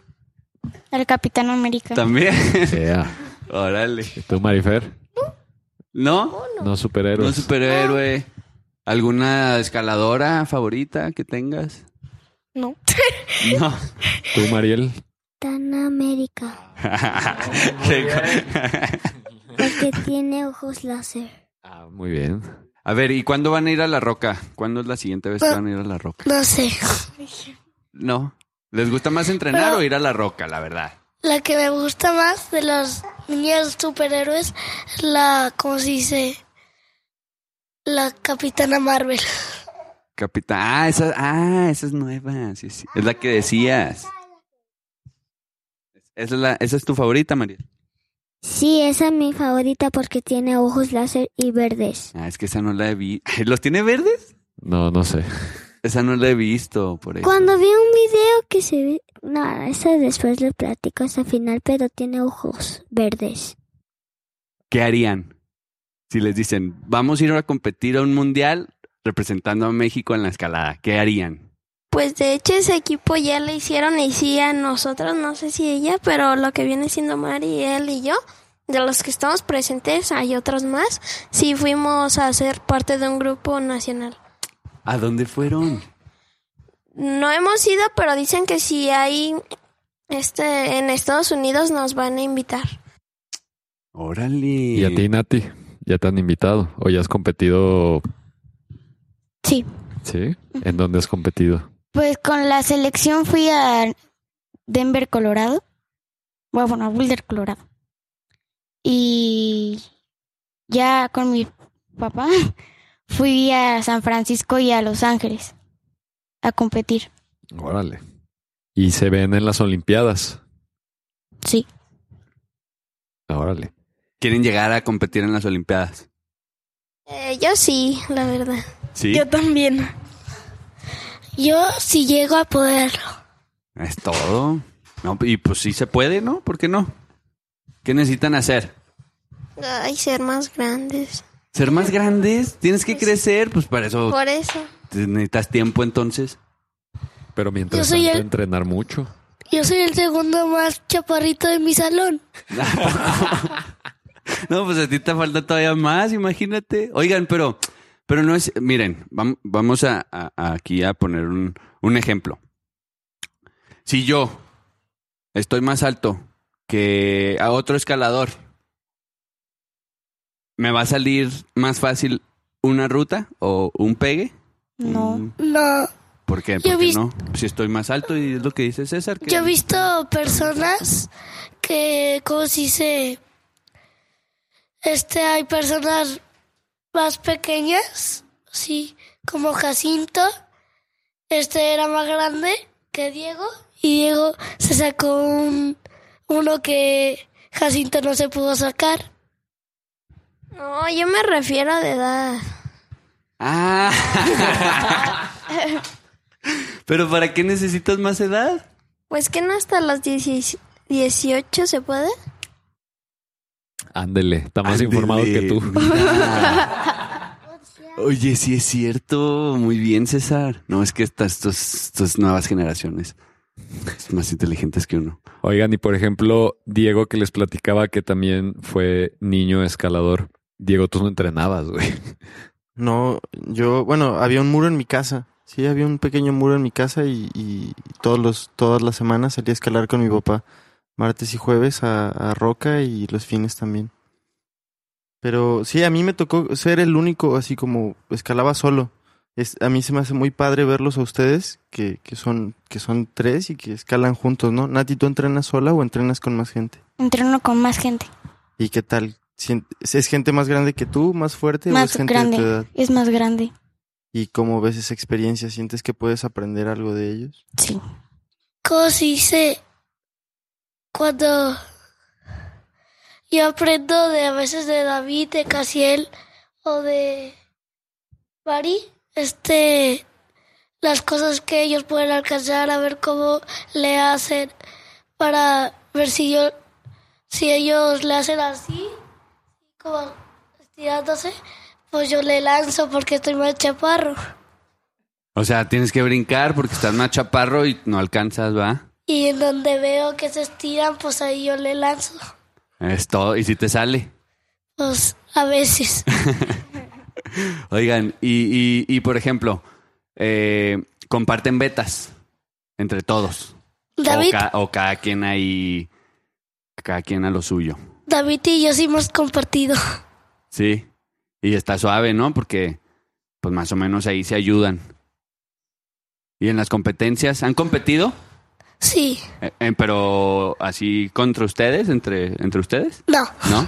[SPEAKER 6] El Capitán América.
[SPEAKER 3] También.
[SPEAKER 4] Yeah.
[SPEAKER 3] Órale.
[SPEAKER 4] ¿Y tú, Marifer?
[SPEAKER 3] ¿No?
[SPEAKER 4] No
[SPEAKER 3] ¿Un
[SPEAKER 4] superhéroes.
[SPEAKER 3] superhéroe? ¿Alguna escaladora favorita que tengas?
[SPEAKER 5] No.
[SPEAKER 3] No.
[SPEAKER 4] ¿Tú, Mariel?
[SPEAKER 1] Tan América. Porque tiene ojos láser.
[SPEAKER 4] Ah, muy bien.
[SPEAKER 3] a ver, ¿y cuándo van a ir a la roca? ¿Cuándo es la siguiente vez que van a ir a la roca?
[SPEAKER 9] No sé.
[SPEAKER 3] No. ¿Les gusta más entrenar
[SPEAKER 9] Pero-
[SPEAKER 3] o ir a la roca, la verdad?
[SPEAKER 9] La que me gusta más de los niños superhéroes, la, ¿cómo se dice? La Capitana Marvel.
[SPEAKER 3] Capitán. Ah, esa, ah, esa es nueva. sí, sí. Es la que decías. Esa es, la- esa es tu favorita, María.
[SPEAKER 1] Sí, esa es mi favorita porque tiene ojos láser y verdes.
[SPEAKER 3] Ah, es que esa no la vi. ¿Los tiene verdes?
[SPEAKER 4] No, no sé.
[SPEAKER 3] Esa no la he visto, por eso.
[SPEAKER 1] Cuando vi un video que se ve... No, eso después le platico hasta el final, pero tiene ojos verdes.
[SPEAKER 3] ¿Qué harían? Si les dicen, vamos a ir a competir a un mundial representando a México en la escalada, ¿qué harían?
[SPEAKER 2] Pues de hecho ese equipo ya le hicieron y sí a nosotros, no sé si ella, pero lo que viene siendo Mari, él y yo, de los que estamos presentes, hay otros más, sí fuimos a ser parte de un grupo nacional.
[SPEAKER 3] ¿A dónde fueron?
[SPEAKER 2] No hemos ido, pero dicen que si hay este en Estados Unidos nos van a invitar.
[SPEAKER 3] Órale.
[SPEAKER 4] Y a ti, Nati, ya te han invitado o ya has competido.
[SPEAKER 6] Sí.
[SPEAKER 4] ¿Sí? ¿En dónde has competido?
[SPEAKER 6] Pues con la selección fui a Denver, Colorado. Bueno, bueno, a Boulder, Colorado. Y ya con mi papá fui a San Francisco y a Los Ángeles a competir.
[SPEAKER 4] Órale. Y se ven en las Olimpiadas.
[SPEAKER 6] Sí.
[SPEAKER 4] Órale.
[SPEAKER 3] ¿Quieren llegar a competir en las Olimpiadas?
[SPEAKER 2] Eh, yo sí, la verdad.
[SPEAKER 3] Sí.
[SPEAKER 5] Yo también.
[SPEAKER 9] Yo sí llego a poderlo.
[SPEAKER 3] Es todo. No, y pues sí se puede, ¿no? ¿Por qué no? ¿Qué necesitan hacer?
[SPEAKER 2] Ay, ser más grandes.
[SPEAKER 3] ¿Ser más grandes? Tienes que crecer, pues para eso
[SPEAKER 9] e-
[SPEAKER 2] Por eso.
[SPEAKER 3] te- necesitas tiempo entonces.
[SPEAKER 4] Pero mientras
[SPEAKER 9] Yo soy
[SPEAKER 4] tanto,
[SPEAKER 9] el-
[SPEAKER 4] entrenar mucho.
[SPEAKER 9] Yo soy el segundo más chaparrito de mi salón.
[SPEAKER 3] No, pues a ti te falta todavía más, imagínate. Oigan, pero, pero no es, miren, vam- vamos a, a- a aquí a poner un, un ejemplo. Si yo estoy más alto que a otro escalador, ¿me va a salir más fácil una ruta o un pegue?
[SPEAKER 6] No.
[SPEAKER 3] Mm,
[SPEAKER 9] No,
[SPEAKER 3] ¿Por qué?
[SPEAKER 9] Yo
[SPEAKER 3] ¿Por qué
[SPEAKER 9] vis-
[SPEAKER 3] no? Si estoy más alto y es lo que dice César. que-
[SPEAKER 9] yo he visto personas que, como si se... Este, hay personas más pequeñas, sí, como Jacinto. Este era más grande que Diego y Diego se sacó un, uno que Jacinto no se pudo sacar.
[SPEAKER 2] No, yo me refiero de edad.
[SPEAKER 3] Ah. Pero ¿para qué necesitas más edad?
[SPEAKER 2] Pues que no hasta los 18 18 se puede.
[SPEAKER 4] Ándele, está más
[SPEAKER 3] Ándele,
[SPEAKER 4] informado que tú.
[SPEAKER 3] mira. Oye, sí es cierto. Muy bien, César. No, es que estas, estos- estas nuevas generaciones son más inteligentes que uno.
[SPEAKER 4] Oigan, y por ejemplo, Diego que les platicaba que también fue niño escalador. Diego, tú no entrenabas, güey.
[SPEAKER 7] No, yo, bueno, había un muro en mi casa. Sí, había un pequeño muro en mi casa y, y todos los, todas las semanas salía a escalar con mi papá. Martes y jueves a, a Roca y los fines también. Pero sí, a mí me tocó ser el único, así como escalaba solo. Es, a mí se me hace muy padre verlos a ustedes, que, que, son, que son tres y que escalan juntos, ¿no? Nati, ¿tú entrenas sola o entrenas con más gente?
[SPEAKER 6] Entreno con más gente.
[SPEAKER 7] ¿Y qué tal? Sien- ¿Es gente más grande que tú, más fuerte o es
[SPEAKER 6] Más
[SPEAKER 7] gente de tu edad?
[SPEAKER 6] grande. Es más grande.
[SPEAKER 7] ¿Y cómo ves esa experiencia? ¿Sientes que puedes aprender algo de ellos?
[SPEAKER 6] Sí.
[SPEAKER 9] Como se dice, cuando yo aprendo de a veces de David, de Casiel o de Mari, este, las cosas que ellos pueden alcanzar, a ver cómo le hacen para ver si yo, si ellos le hacen así, como estirándose, pues yo le lanzo porque estoy más chaparro.
[SPEAKER 3] O sea, tienes que brincar porque estás más chaparro y no alcanzas, ¿va?
[SPEAKER 9] Y en donde veo que se estiran, pues ahí yo le lanzo.
[SPEAKER 3] Es todo. ¿Y si te sale?
[SPEAKER 9] Pues a veces.
[SPEAKER 3] Oigan, y, y, y, por ejemplo, eh, comparten betas entre todos. O,
[SPEAKER 9] David,
[SPEAKER 3] ca- o cada quien ahí, cada quien a lo suyo.
[SPEAKER 9] David y yo sí hemos compartido.
[SPEAKER 3] Sí. Y está suave, ¿no? Porque, pues más o menos ahí se ayudan. Y en las competencias, ¿han competido?
[SPEAKER 9] Sí,
[SPEAKER 3] Eh, eh, pero así contra ustedes, entre, entre ustedes,
[SPEAKER 9] no.
[SPEAKER 3] ¿no?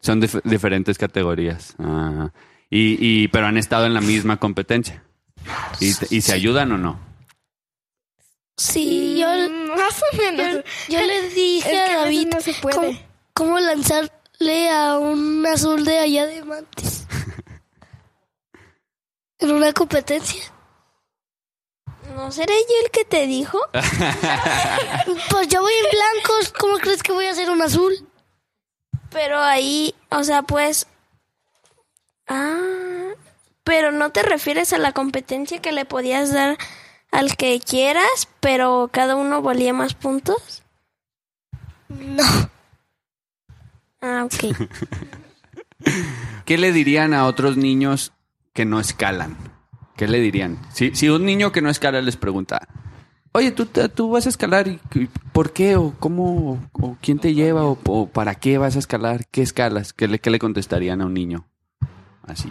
[SPEAKER 3] Son dif- diferentes categorías. Ah. y, y, pero han estado en la misma competencia. ¿Y, te- y se ayudan o no?
[SPEAKER 9] Sí, yo,
[SPEAKER 5] Mm, Más o
[SPEAKER 9] yo,
[SPEAKER 5] menos.
[SPEAKER 9] yo le
[SPEAKER 5] Es
[SPEAKER 9] dije
[SPEAKER 5] que
[SPEAKER 9] a
[SPEAKER 5] a veces
[SPEAKER 9] David
[SPEAKER 5] no se puede.
[SPEAKER 9] cómo, cómo lanzarle a un azul de allá de Mantis. en una competencia.
[SPEAKER 2] ¿No seré yo el que te dijo?
[SPEAKER 9] Pues yo voy en blancos, ¿cómo crees que voy a hacer un azul?
[SPEAKER 2] Pero ahí, o sea, pues... Ah, pero no te refieres a la competencia que le podías dar al que quieras, pero cada uno valía más puntos.
[SPEAKER 9] No.
[SPEAKER 2] Ah, ok.
[SPEAKER 3] ¿Qué le dirían a otros niños que no escalan? ¿Qué le dirían? Si, si un niño que no escala les pregunta, oye, tú, te- tú vas a escalar, y, y ¿por qué? ¿O cómo? ¿O, o quién te lleva? O, o para qué vas a escalar? ¿Qué escalas? ¿Qué le, qué le contestarían a un niño? Así.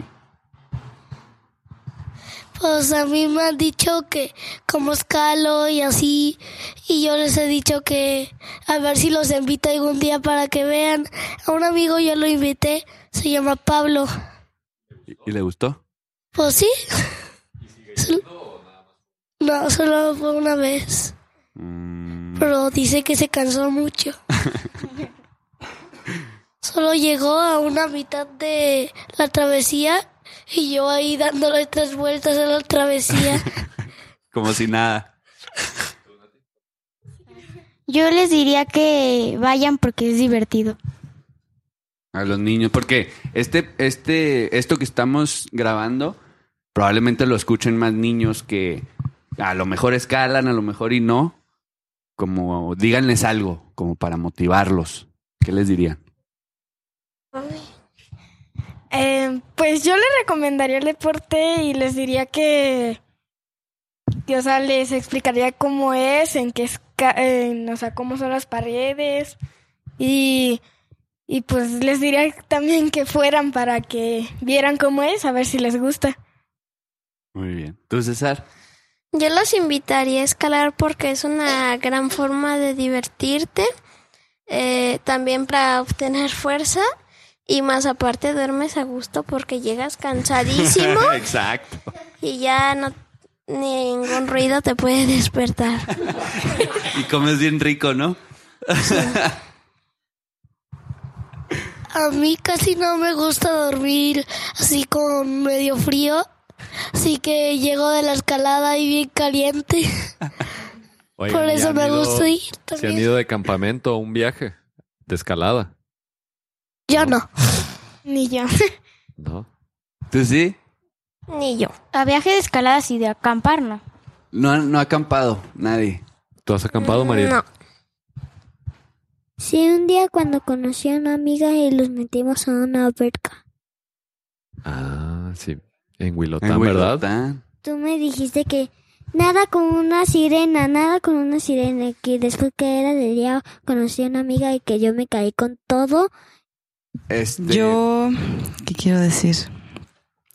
[SPEAKER 9] Pues a mí me han dicho que como escalo y así, y yo les he dicho que a ver si los invito algún día para que vean. A un amigo yo lo invité, se llama Pablo.
[SPEAKER 3] ¿Y, y le gustó?
[SPEAKER 9] Pues sí. Sol- No, solo fue una vez,
[SPEAKER 3] Mm,
[SPEAKER 9] pero dice que se cansó mucho. Solo llegó a una mitad de la travesía y yo ahí dándole tres vueltas a la travesía.
[SPEAKER 3] como si nada.
[SPEAKER 6] Yo les diría que vayan porque es divertido.
[SPEAKER 3] A los niños, porque este, este, esto que estamos grabando, probablemente lo escuchen más niños que a lo mejor escalan, a lo mejor y no. Como díganles algo, como para motivarlos. ¿Qué les dirían?
[SPEAKER 5] Eh, pues yo les recomendaría el deporte y les diría que, que, o sea, les explicaría cómo es, en qué es, o sea, cómo son las paredes y, y pues les diría también que fueran para que vieran cómo es, a ver si les gusta.
[SPEAKER 3] Muy bien. ¿Tú, César?
[SPEAKER 2] Yo los invitaría a escalar porque es una gran forma de divertirte, eh, también para obtener fuerza y más aparte duermes a gusto porque llegas cansadísimo
[SPEAKER 3] Exacto.
[SPEAKER 2] y ya no ningún ruido te puede despertar.
[SPEAKER 3] Y comes bien rico, ¿no?
[SPEAKER 9] A mí casi no me gusta dormir así con medio frío. Así que llego de la escalada y bien caliente.
[SPEAKER 4] Oigan,
[SPEAKER 9] Por
[SPEAKER 4] ¿y
[SPEAKER 9] eso
[SPEAKER 4] han
[SPEAKER 9] me
[SPEAKER 4] ido-
[SPEAKER 9] gusta ir
[SPEAKER 4] Si han
[SPEAKER 9] también.
[SPEAKER 4] ido de campamento a un viaje de escalada,
[SPEAKER 9] Yo no.
[SPEAKER 5] Ni yo.
[SPEAKER 4] ¿no?
[SPEAKER 3] ¿Tú sí?
[SPEAKER 2] Ni yo.
[SPEAKER 6] A viaje de escaladas y de acampar, ¿no?
[SPEAKER 3] No, no ha acampado nadie.
[SPEAKER 4] ¿Tú has acampado, María?
[SPEAKER 2] No.
[SPEAKER 1] Sí, un día cuando conocí a una amiga y los metimos a una alberca.
[SPEAKER 4] Ah, sí. En Huilotán,
[SPEAKER 3] En
[SPEAKER 4] ¿verdad?
[SPEAKER 3] Huilotán.
[SPEAKER 1] Tú me dijiste que nada con una sirena, nada con una sirena. Que después que era de día conocí a una amiga y que yo me caí con todo.
[SPEAKER 3] Este,
[SPEAKER 8] Yo, ¿qué quiero decir?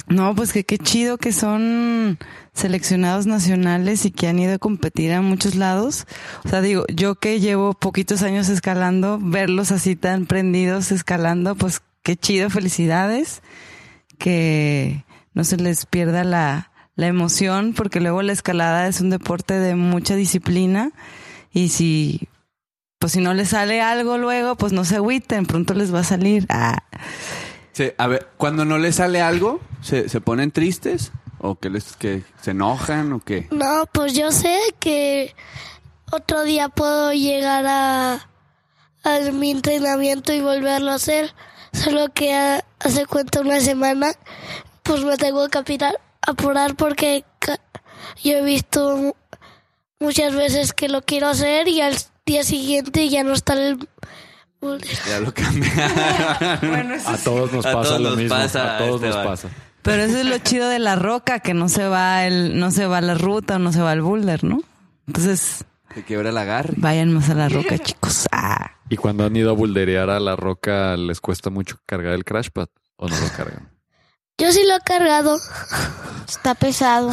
[SPEAKER 8] No, pues que qué chido que son seleccionados nacionales y que han ido a competir a muchos lados. O sea, digo, yo que llevo poquitos años escalando, verlos así tan prendidos escalando, pues qué chido, felicidades. Que no se les pierda la, la emoción, porque luego la escalada es un deporte de mucha disciplina y si, pues si no les sale algo luego, pues no se agüiten, pronto les va a salir. Ah.
[SPEAKER 3] se- a ver, cuando no les sale algo, ¿se, se ponen tristes? ¿O que, les, que se enojan o qué?
[SPEAKER 9] No, pues yo sé que otro día puedo llegar a, a mi entrenamiento y volverlo a hacer. Solo que ah, hace cuenta una semana, pues me tengo que apurar, apurar porque ca- yo he visto mu- muchas veces que lo quiero hacer y al día siguiente ya no está el...
[SPEAKER 3] Ya lo cambiaron.
[SPEAKER 4] A todos nos
[SPEAKER 3] A
[SPEAKER 4] pasa
[SPEAKER 3] todos
[SPEAKER 4] lo
[SPEAKER 3] nos
[SPEAKER 4] mismo.
[SPEAKER 3] pasa,
[SPEAKER 4] a todos nos
[SPEAKER 3] Esteban.
[SPEAKER 4] pasa.
[SPEAKER 8] Pero eso es lo chido de la roca, que no se va el, no se va la ruta o no se va el boulder, ¿no? Entonces,
[SPEAKER 3] Se quiebra el agarre.
[SPEAKER 8] vayan más a la roca, chicos. Ah.
[SPEAKER 4] Y cuando han ido a bulderear a la roca, ¿les cuesta mucho cargar el crash pad o no lo cargan?
[SPEAKER 9] Yo sí lo he cargado.
[SPEAKER 6] Está pesado.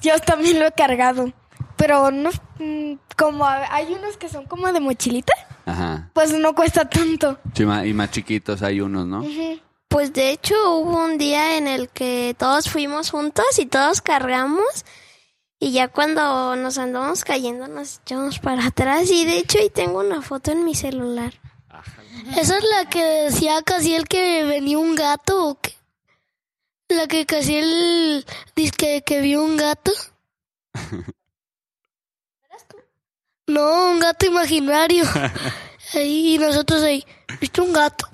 [SPEAKER 5] Yo también lo he cargado, pero no, mm, como hay unos que son como de mochilita,
[SPEAKER 3] Ajá.
[SPEAKER 5] pues no cuesta tanto.
[SPEAKER 3] Sí, ma- y más chiquitos hay unos, ¿no?
[SPEAKER 2] Pues de hecho hubo un día en el que todos fuimos juntos y todos cargamos y ya cuando nos andamos cayendo nos echamos para atrás y de hecho ahí tengo una foto en mi celular.
[SPEAKER 9] Esa es la que decía casi el que venía un gato o qué? La que casi el disque que vio un gato. No, un gato imaginario. Ahí, y nosotros ahí, ¿viste un gato?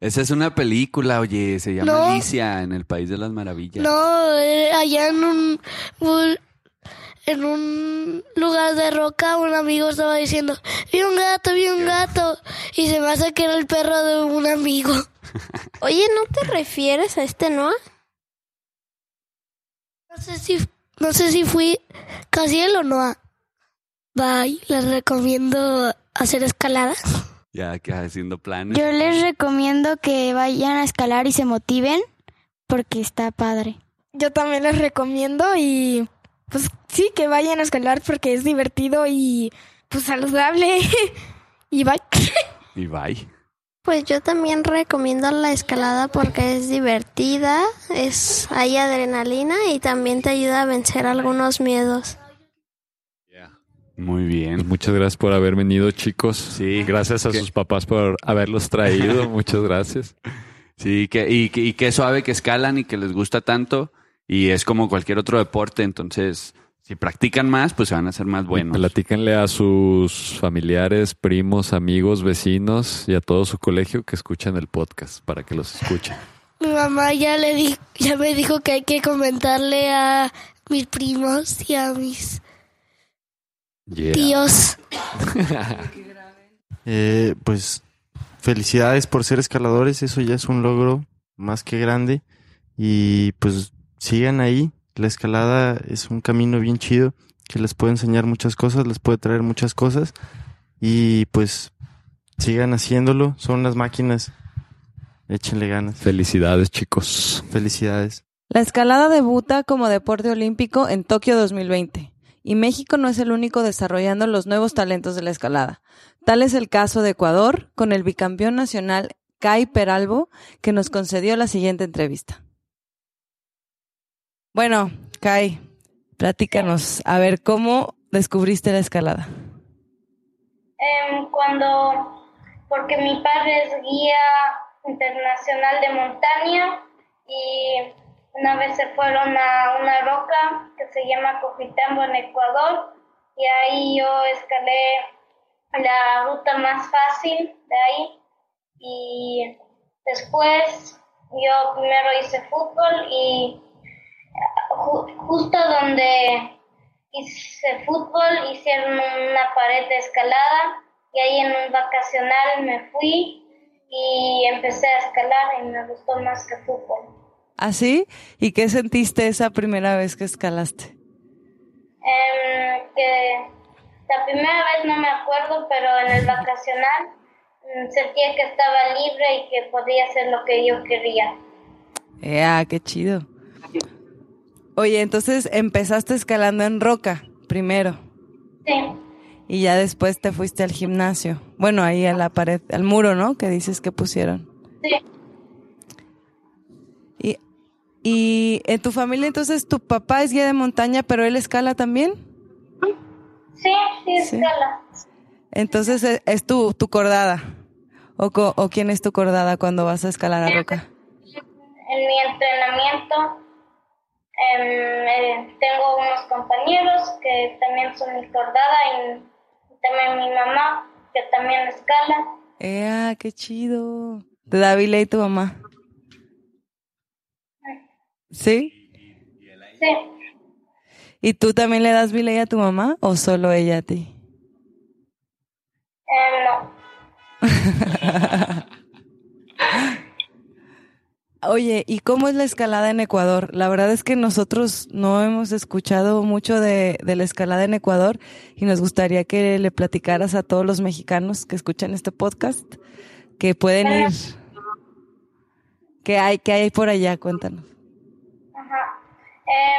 [SPEAKER 3] Esa es una película, oye, se llama
[SPEAKER 9] No.
[SPEAKER 3] Alicia en el País de las Maravillas.
[SPEAKER 9] No, eh, allá en un bul- en un lugar de roca un amigo estaba diciendo, vi un gato, vi un gato. Y se me hace que era el perro de un amigo.
[SPEAKER 2] Oye, ¿no te refieres a este Noah?
[SPEAKER 9] No sé si, no sé si fui Casiel o no. Bye, les recomiendo hacer escalada.
[SPEAKER 3] Ya que haciendo planes.
[SPEAKER 6] Yo les recomiendo que vayan a escalar y se motiven porque está padre.
[SPEAKER 5] Yo también les recomiendo y pues sí, que vayan a escalar porque es divertido y pues saludable. y va.
[SPEAKER 3] Y bye.
[SPEAKER 2] Pues yo también recomiendo la escalada porque es divertida, es hay adrenalina y también te ayuda a vencer algunos miedos.
[SPEAKER 3] Muy
[SPEAKER 4] Pues
[SPEAKER 3] bien.
[SPEAKER 4] Muchas gracias por haber venido, chicos.
[SPEAKER 3] Sí.
[SPEAKER 4] Gracias a
[SPEAKER 3] ¿Qué?
[SPEAKER 4] sus papás por haberlos traído. Muchas gracias.
[SPEAKER 3] Sí, que, y, que- y qué suave que escalan y que les gusta tanto. Y es como cualquier otro deporte. Entonces, si practican más, pues se van a hacer más buenos.
[SPEAKER 4] Platíquenle a sus familiares, primos, amigos, vecinos y a todo su colegio que escuchen el podcast para que los escuchen.
[SPEAKER 9] Mi mamá ya le di, ya me dijo que hay que comentarle a mis primos y a mis
[SPEAKER 4] Yeah.
[SPEAKER 9] tíos.
[SPEAKER 7] Eh, pues felicidades por ser escaladores, eso ya es un logro más que grande. Y pues sigan ahí, la escalada es un camino bien chido que les puede enseñar muchas cosas, les puede traer muchas cosas. Y pues sigan haciéndolo, son las máquinas, échenle ganas.
[SPEAKER 4] Felicidades, chicos.
[SPEAKER 7] Felicidades.
[SPEAKER 8] La escalada debuta como deporte olímpico en Tokio 2020 y México no es el único desarrollando los nuevos talentos de la escalada. Tal es el caso de Ecuador con el bicampeón nacional Kai Peralbo que nos concedió la siguiente entrevista. Bueno, Kai, platícanos, a ver, ¿cómo descubriste la escalada?
[SPEAKER 10] Em, cuando, porque mi padre es guía internacional de montaña y una vez se fueron a una roca que se llama Coquitambo en Ecuador y ahí yo escalé la ruta más fácil de ahí y después yo primero hice fútbol y ju- justo donde hice fútbol, hicieron una pared de escalada y ahí en un vacacional me fui y empecé a escalar y me gustó más que fútbol.
[SPEAKER 8] ¿Así? ¿Y qué sentiste esa primera vez que escalaste?
[SPEAKER 10] Em, que la primera vez no me acuerdo, pero en el vacacional mm, sentía que estaba libre y que podía hacer lo que yo quería.
[SPEAKER 8] ¡Ea, qué chido! Oye, entonces empezaste escalando en roca primero
[SPEAKER 10] Sí,
[SPEAKER 8] y ya después te fuiste al gimnasio. Bueno, ahí a la pared, al muro, ¿no? Que dices que pusieron.
[SPEAKER 10] sí.
[SPEAKER 8] Y, y en tu familia entonces tu papá es guía de montaña, pero él escala también.
[SPEAKER 10] Sí, sí,
[SPEAKER 8] Sí.
[SPEAKER 10] escala.
[SPEAKER 8] Entonces e- es tu, tu cordada. O, co- ¿O quién es tu cordada cuando vas a escalar a roca?
[SPEAKER 10] en mi entrenamiento em, eh, tengo unos compañeros que también son mi cordada y también mi mamá que también escala.
[SPEAKER 8] ¡Ea, qué chido! ¿Te da Vile y tu mamá? ¿Sí?
[SPEAKER 10] Sí,
[SPEAKER 8] ¿Y tú también le das Viley a tu mamá o solo ella a ti?
[SPEAKER 10] em, no.
[SPEAKER 8] Oye, ¿y cómo es la escalada en Ecuador? La verdad es que nosotros no hemos escuchado mucho de, de la escalada en Ecuador y nos gustaría que le platicaras a todos los mexicanos que escuchan este podcast que pueden ir. ¿Qué hay, qué hay por allá? Cuéntanos.
[SPEAKER 10] Ajá.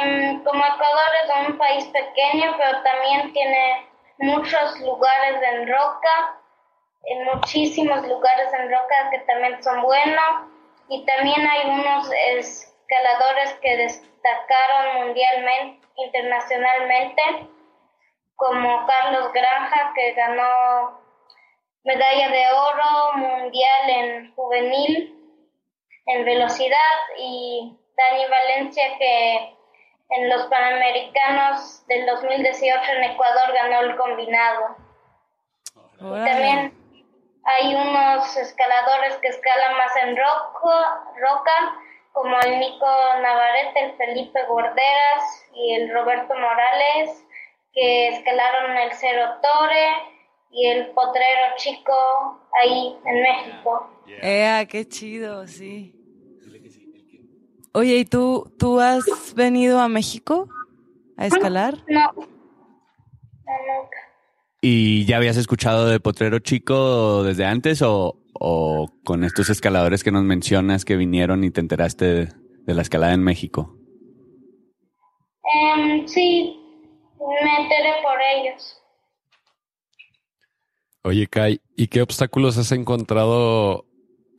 [SPEAKER 10] Em, como Ecuador es un país pequeño, pero también tiene muchos lugares en roca, en muchísimos lugares en roca que también son buenos. Y también hay unos escaladores que destacaron mundialmente, internacionalmente, como Carlos Granja, que ganó medalla de oro mundial en juvenil en velocidad y Dani Valencia que en los Panamericanos del 2018 en Ecuador ganó el combinado. Y también hay unos escaladores que escalan más en roca, roca como el Nico Navarrete, el Felipe Gorderas y el Roberto Morales, que escalaron el Cero Torre y el Potrero Chico ahí en México.
[SPEAKER 8] ¡Ea, qué chido! Sí. Oye, ¿y tú, tú has venido a México a escalar?
[SPEAKER 10] No, no, nunca.
[SPEAKER 3] ¿Y ya habías escuchado de Potrero Chico desde antes o, o con estos escaladores que nos mencionas que vinieron y te enteraste de, de la escalada en México?
[SPEAKER 10] Em, sí, me enteré por ellos.
[SPEAKER 4] Oye, Kai, ¿y qué obstáculos has encontrado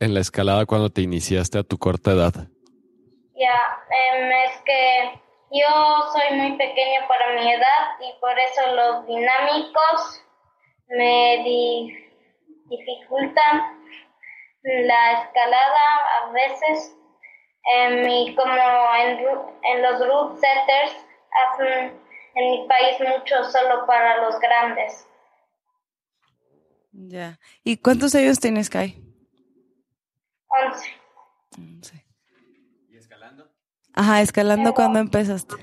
[SPEAKER 4] en la escalada cuando te iniciaste a tu corta edad?
[SPEAKER 10] Ya, em, es que yo soy muy pequeño para mi edad y por eso los dinámicos me di- dificultan la escalada a veces. Em, y como en, ru- en los root setters hacen en mi país mucho solo para los grandes.
[SPEAKER 8] Ya. ¿Y cuántos años tienes, Kai?
[SPEAKER 10] 11.
[SPEAKER 8] Once. Ajá, escalando cuando empezaste.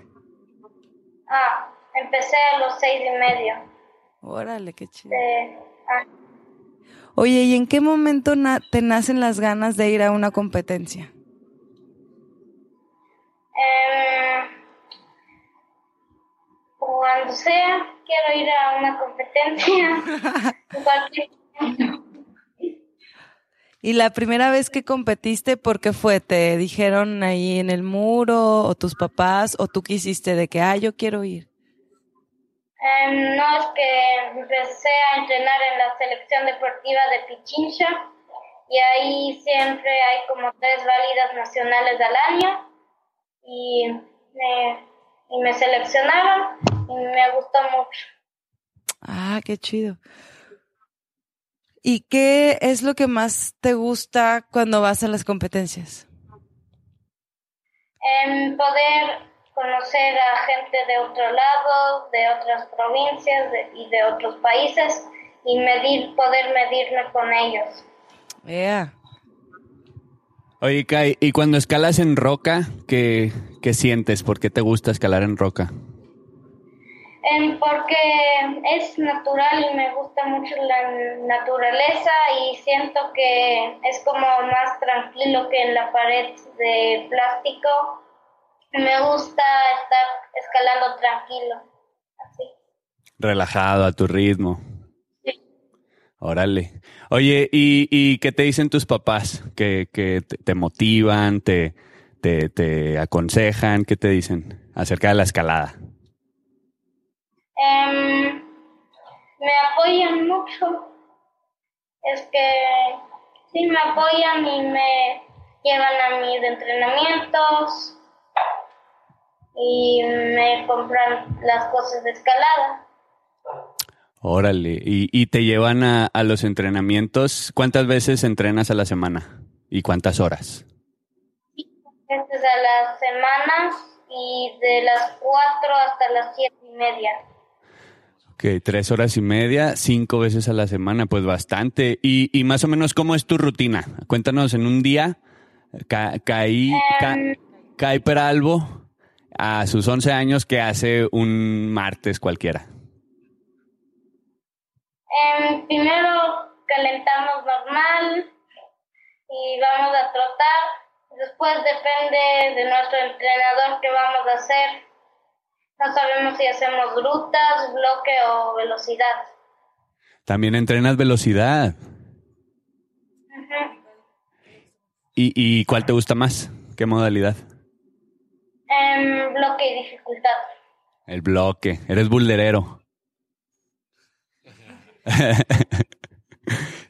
[SPEAKER 10] Ah, empecé a los seis y medio.
[SPEAKER 8] Órale, qué chido.
[SPEAKER 10] de- ah,
[SPEAKER 8] Oye, ¿y en qué momento na- te nacen las ganas de ir a una competencia?
[SPEAKER 10] em, cuando sea, quiero ir a una competencia. En cualquier-
[SPEAKER 8] ¿Y la primera vez que competiste, por qué fue? ¿Te dijeron ahí en el muro o tus papás o tú quisiste de que, ah, yo quiero ir?
[SPEAKER 10] em, no es que empecé a entrenar en la selección deportiva de Pichincha y ahí siempre hay como tres válidas nacionales al año y me, y me seleccionaron y me gustó mucho.
[SPEAKER 8] Ah, qué chido. ¿Y qué es lo que más te gusta cuando vas a las competencias?
[SPEAKER 10] en poder conocer a gente de otro lado, de otras provincias de- y de otros países y medir, poder medirme con ellos.
[SPEAKER 8] Ea.
[SPEAKER 3] Oye, Kai, ¿y cuando escalas en roca, qué, qué sientes? ¿Por qué te gusta escalar en roca?
[SPEAKER 10] Em, porque es natural y me gusta mucho la naturaleza y siento que es como más tranquilo que en la pared de plástico. Me gusta estar escalando tranquilo. Así.
[SPEAKER 3] Relajado, a tu ritmo. Órale. Oye, ¿y, y qué te dicen tus papás? ¿Que, que te, te motivan, te, te, te aconsejan? ¿Qué te dicen acerca de la escalada?
[SPEAKER 10] Em, me apoyan mucho. Es que sí me apoyan y me llevan a mis entrenamientos y me compran las cosas de escalada.
[SPEAKER 3] Órale. ¿Y, y te llevan a, a los entrenamientos? ¿Cuántas veces entrenas a la semana? ¿Y cuántas horas?
[SPEAKER 10] Este es a las semanas y de las 4 hasta las siete y media.
[SPEAKER 3] Ok, tres horas y media, cinco veces a la semana, pues bastante. Y, y más o menos, ¿cómo es tu rutina? Cuéntanos, en un día, Ca- Caí, Ca- Caí Peralvo, a sus 11 años, que hace un martes cualquiera?
[SPEAKER 10] Em, primero calentamos normal y vamos a trotar. Después depende de nuestro entrenador qué vamos a hacer. No sabemos si hacemos grutas, bloque o velocidad.
[SPEAKER 3] También entrenas velocidad.
[SPEAKER 10] Ujú.
[SPEAKER 3] ¿Y, y cuál te gusta más? ¿Qué modalidad?
[SPEAKER 10] Em, bloque y dificultad.
[SPEAKER 3] El bloque. Eres bulderero.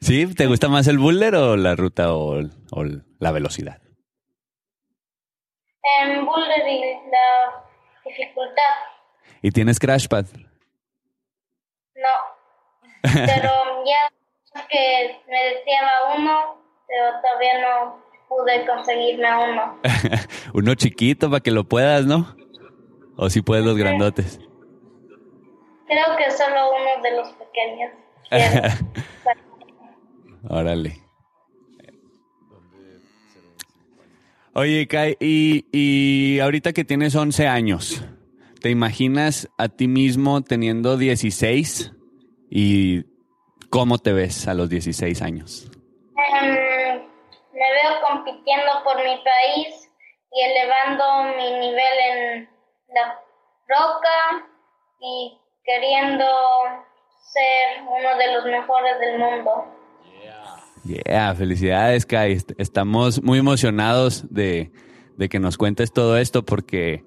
[SPEAKER 3] ¿Sí? ¿Te gusta más el boulder o la ruta o, el- o el- la velocidad?
[SPEAKER 10] Em, boulder y la dificultad.
[SPEAKER 3] ¿Y tienes crashpad?
[SPEAKER 10] No. Pero ya que me deseaba uno, pero todavía no, pude conseguirme uno.
[SPEAKER 3] Uno chiquito para que lo puedas, ¿no? O si puedes los grandotes.
[SPEAKER 10] Creo que solo uno de los pequeños.
[SPEAKER 3] Órale. Oye, Kai, y, y ahorita que tienes 11 años, ¿te imaginas a ti mismo teniendo 16? ¿Y cómo te ves a los 16 años?
[SPEAKER 10] Em, me veo compitiendo por mi país y elevando mi nivel en la roca y queriendo ser uno de los mejores del mundo.
[SPEAKER 3] Yeah, felicidades, Kai. Est- Estamos muy emocionados de, de que nos cuentes todo esto porque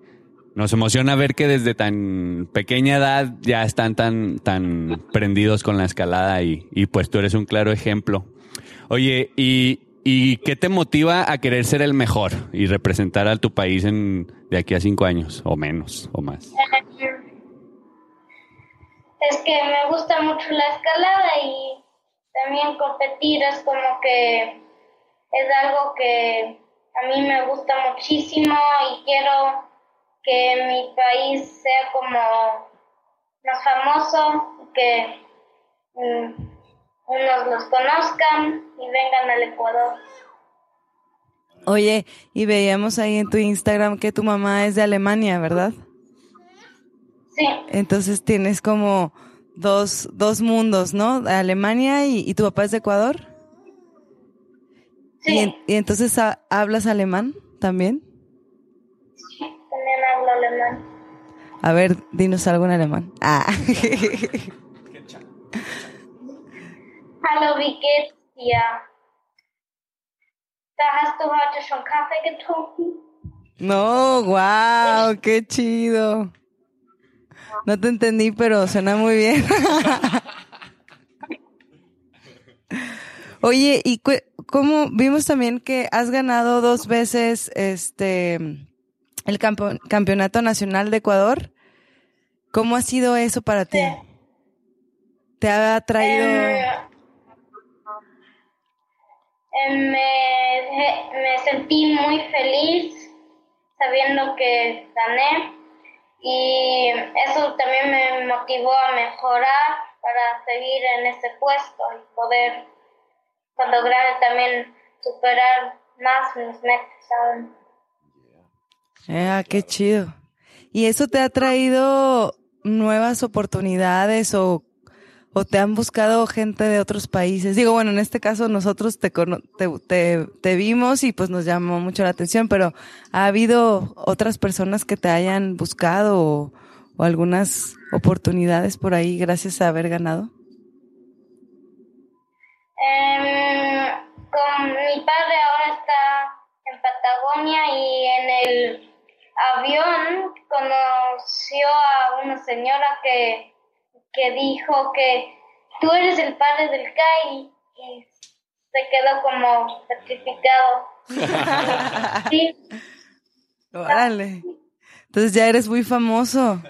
[SPEAKER 3] nos emociona ver que desde tan pequeña edad ya están tan, tan prendidos con la escalada y, y pues tú eres un claro ejemplo. Oye, ¿y, ¿y qué te motiva a querer ser el mejor y representar a tu país en, de aquí a cinco años o menos o más?
[SPEAKER 10] Es que me gusta mucho la escalada y también competir es como que es algo que a mí me gusta muchísimo y quiero que mi país sea como más famoso, que mm, unos los conozcan y vengan al Ecuador.
[SPEAKER 8] Oye, y veíamos ahí en tu Instagram que tu mamá es de Alemania, ¿verdad?
[SPEAKER 10] Sí,
[SPEAKER 8] Entonces tienes como dos, dos mundos, ¿no? Alemania y, y tu papá es de Ecuador.
[SPEAKER 10] Sí.
[SPEAKER 8] Y, en- y entonces ha- hablas alemán también.
[SPEAKER 10] también hablo alemán.
[SPEAKER 8] A ver, dinos algo en alemán. Ah.
[SPEAKER 10] Hallo, wie geht's dir? Da hast du heute schon Kaffee getrunken?
[SPEAKER 8] no, wow, qué chido. No te entendí, pero suena muy bien. Oye, y cu- cómo vimos también que has ganado dos veces este el campo- campeonato nacional de Ecuador. ¿Cómo ha sido eso para ti? ¿Te ha traído?
[SPEAKER 10] Eh, me, me sentí muy feliz sabiendo que gané y eso también me motivó a mejorar para seguir en ese puesto y poder cuando grande también superar más mis metas aún.
[SPEAKER 8] Ah, qué chido. ¿Y eso te ha traído nuevas oportunidades o, o te han buscado gente de otros países? Digo, bueno, en este caso nosotros te, cono- te, te- te vimos y pues nos llamó mucho la atención, pero ¿ha habido otras personas que te hayan buscado o, o algunas oportunidades por ahí gracias a haber ganado?
[SPEAKER 10] Em, con mi padre ahora está en Patagonia y en el avión conoció a una señora que, que dijo que tú eres el padre del Kai y se quedó como certificado. Sí,
[SPEAKER 8] Órale. Entonces ya eres muy famoso,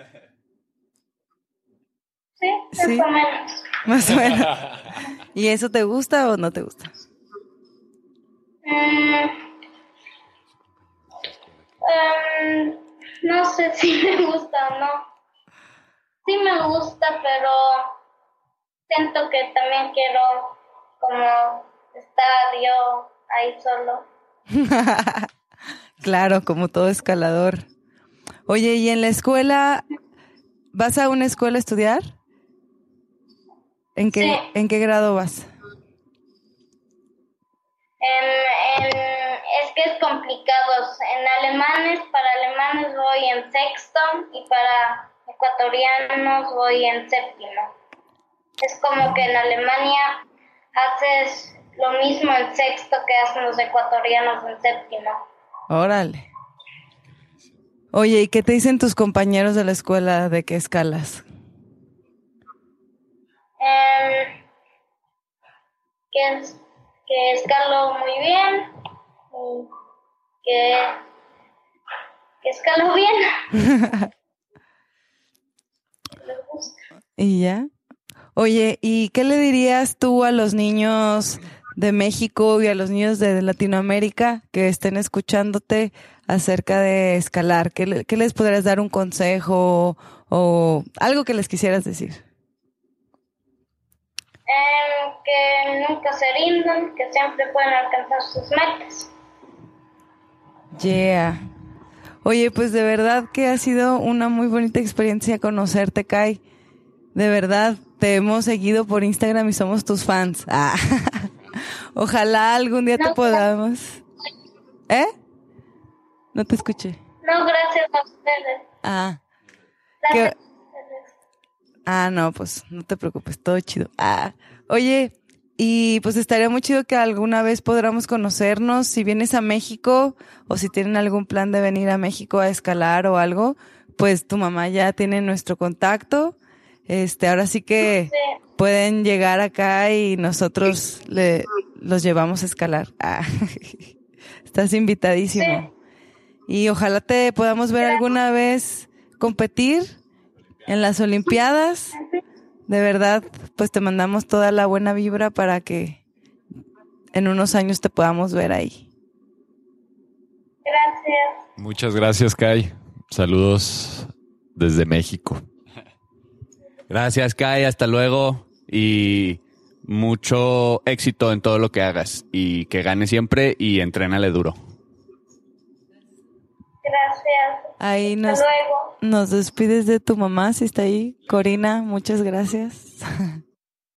[SPEAKER 10] sí, más
[SPEAKER 8] Sí.
[SPEAKER 10] o menos.
[SPEAKER 8] más o menos. ¿Y eso te gusta o no te gusta?
[SPEAKER 10] Mm, em, no sé si me gusta o no. Sí me gusta, pero siento que también quiero como estar yo ahí solo.
[SPEAKER 8] Claro, como todo escalador. Oye, ¿y en la escuela vas a una escuela a estudiar? ¿En qué,
[SPEAKER 10] Sí.
[SPEAKER 8] ¿en qué grado vas?
[SPEAKER 10] Em, em, es que es complicado. En alemanes, para alemanes voy en sexto y para ecuatorianos voy en séptimo. Es como que en Alemania haces lo mismo en sexto que hacen los ecuatorianos en séptimo.
[SPEAKER 8] Órale. Oye, ¿y qué te dicen tus compañeros de la escuela de qué escalas?
[SPEAKER 10] Em, que, es- que escalo muy bien, y que, que escalo bien. Les gusta.
[SPEAKER 8] ¿Y ya? Oye, ¿y qué le dirías tú a los niños de México y a los niños de Latinoamérica que estén escuchándote acerca de escalar? ¿Qué, le- qué les podrías dar un consejo o algo que les quisieras decir?
[SPEAKER 10] Em, que nunca se rindan, que siempre pueden alcanzar sus metas.
[SPEAKER 8] Yeah. Oye, pues de verdad que ha sido una muy bonita experiencia conocerte, Kai. De verdad, te hemos seguido por Instagram y somos tus fans. Ah. Ojalá algún día te podamos. ¿Eh? No te escuché.
[SPEAKER 10] No, gracias a ustedes.
[SPEAKER 8] Ah.
[SPEAKER 10] Gracias
[SPEAKER 8] Que-
[SPEAKER 10] a ustedes.
[SPEAKER 8] Ah, no, pues no te preocupes, todo chido. Ah, oye, y pues estaría muy chido que alguna vez podamos conocernos. Si vienes a México o si tienen algún plan de venir a México a escalar o algo, pues tu mamá ya tiene nuestro contacto. Este, ahora sí que pueden llegar acá y nosotros le, los llevamos a escalar. Ah, estás invitadísimo. Y ojalá te podamos ver alguna vez competir en las Olimpiadas. De verdad, pues te mandamos toda la buena vibra para que en unos años te podamos ver ahí.
[SPEAKER 10] Gracias.
[SPEAKER 4] Muchas gracias, Kai. Saludos desde México.
[SPEAKER 11] Gracias, Kai. Hasta luego. Y mucho éxito en todo lo que hagas. Y que gane siempre y entrénale duro.
[SPEAKER 10] Gracias.
[SPEAKER 8] Ahí nos,
[SPEAKER 10] luego.
[SPEAKER 8] nos despides de tu mamá si está ahí. Corina, muchas gracias.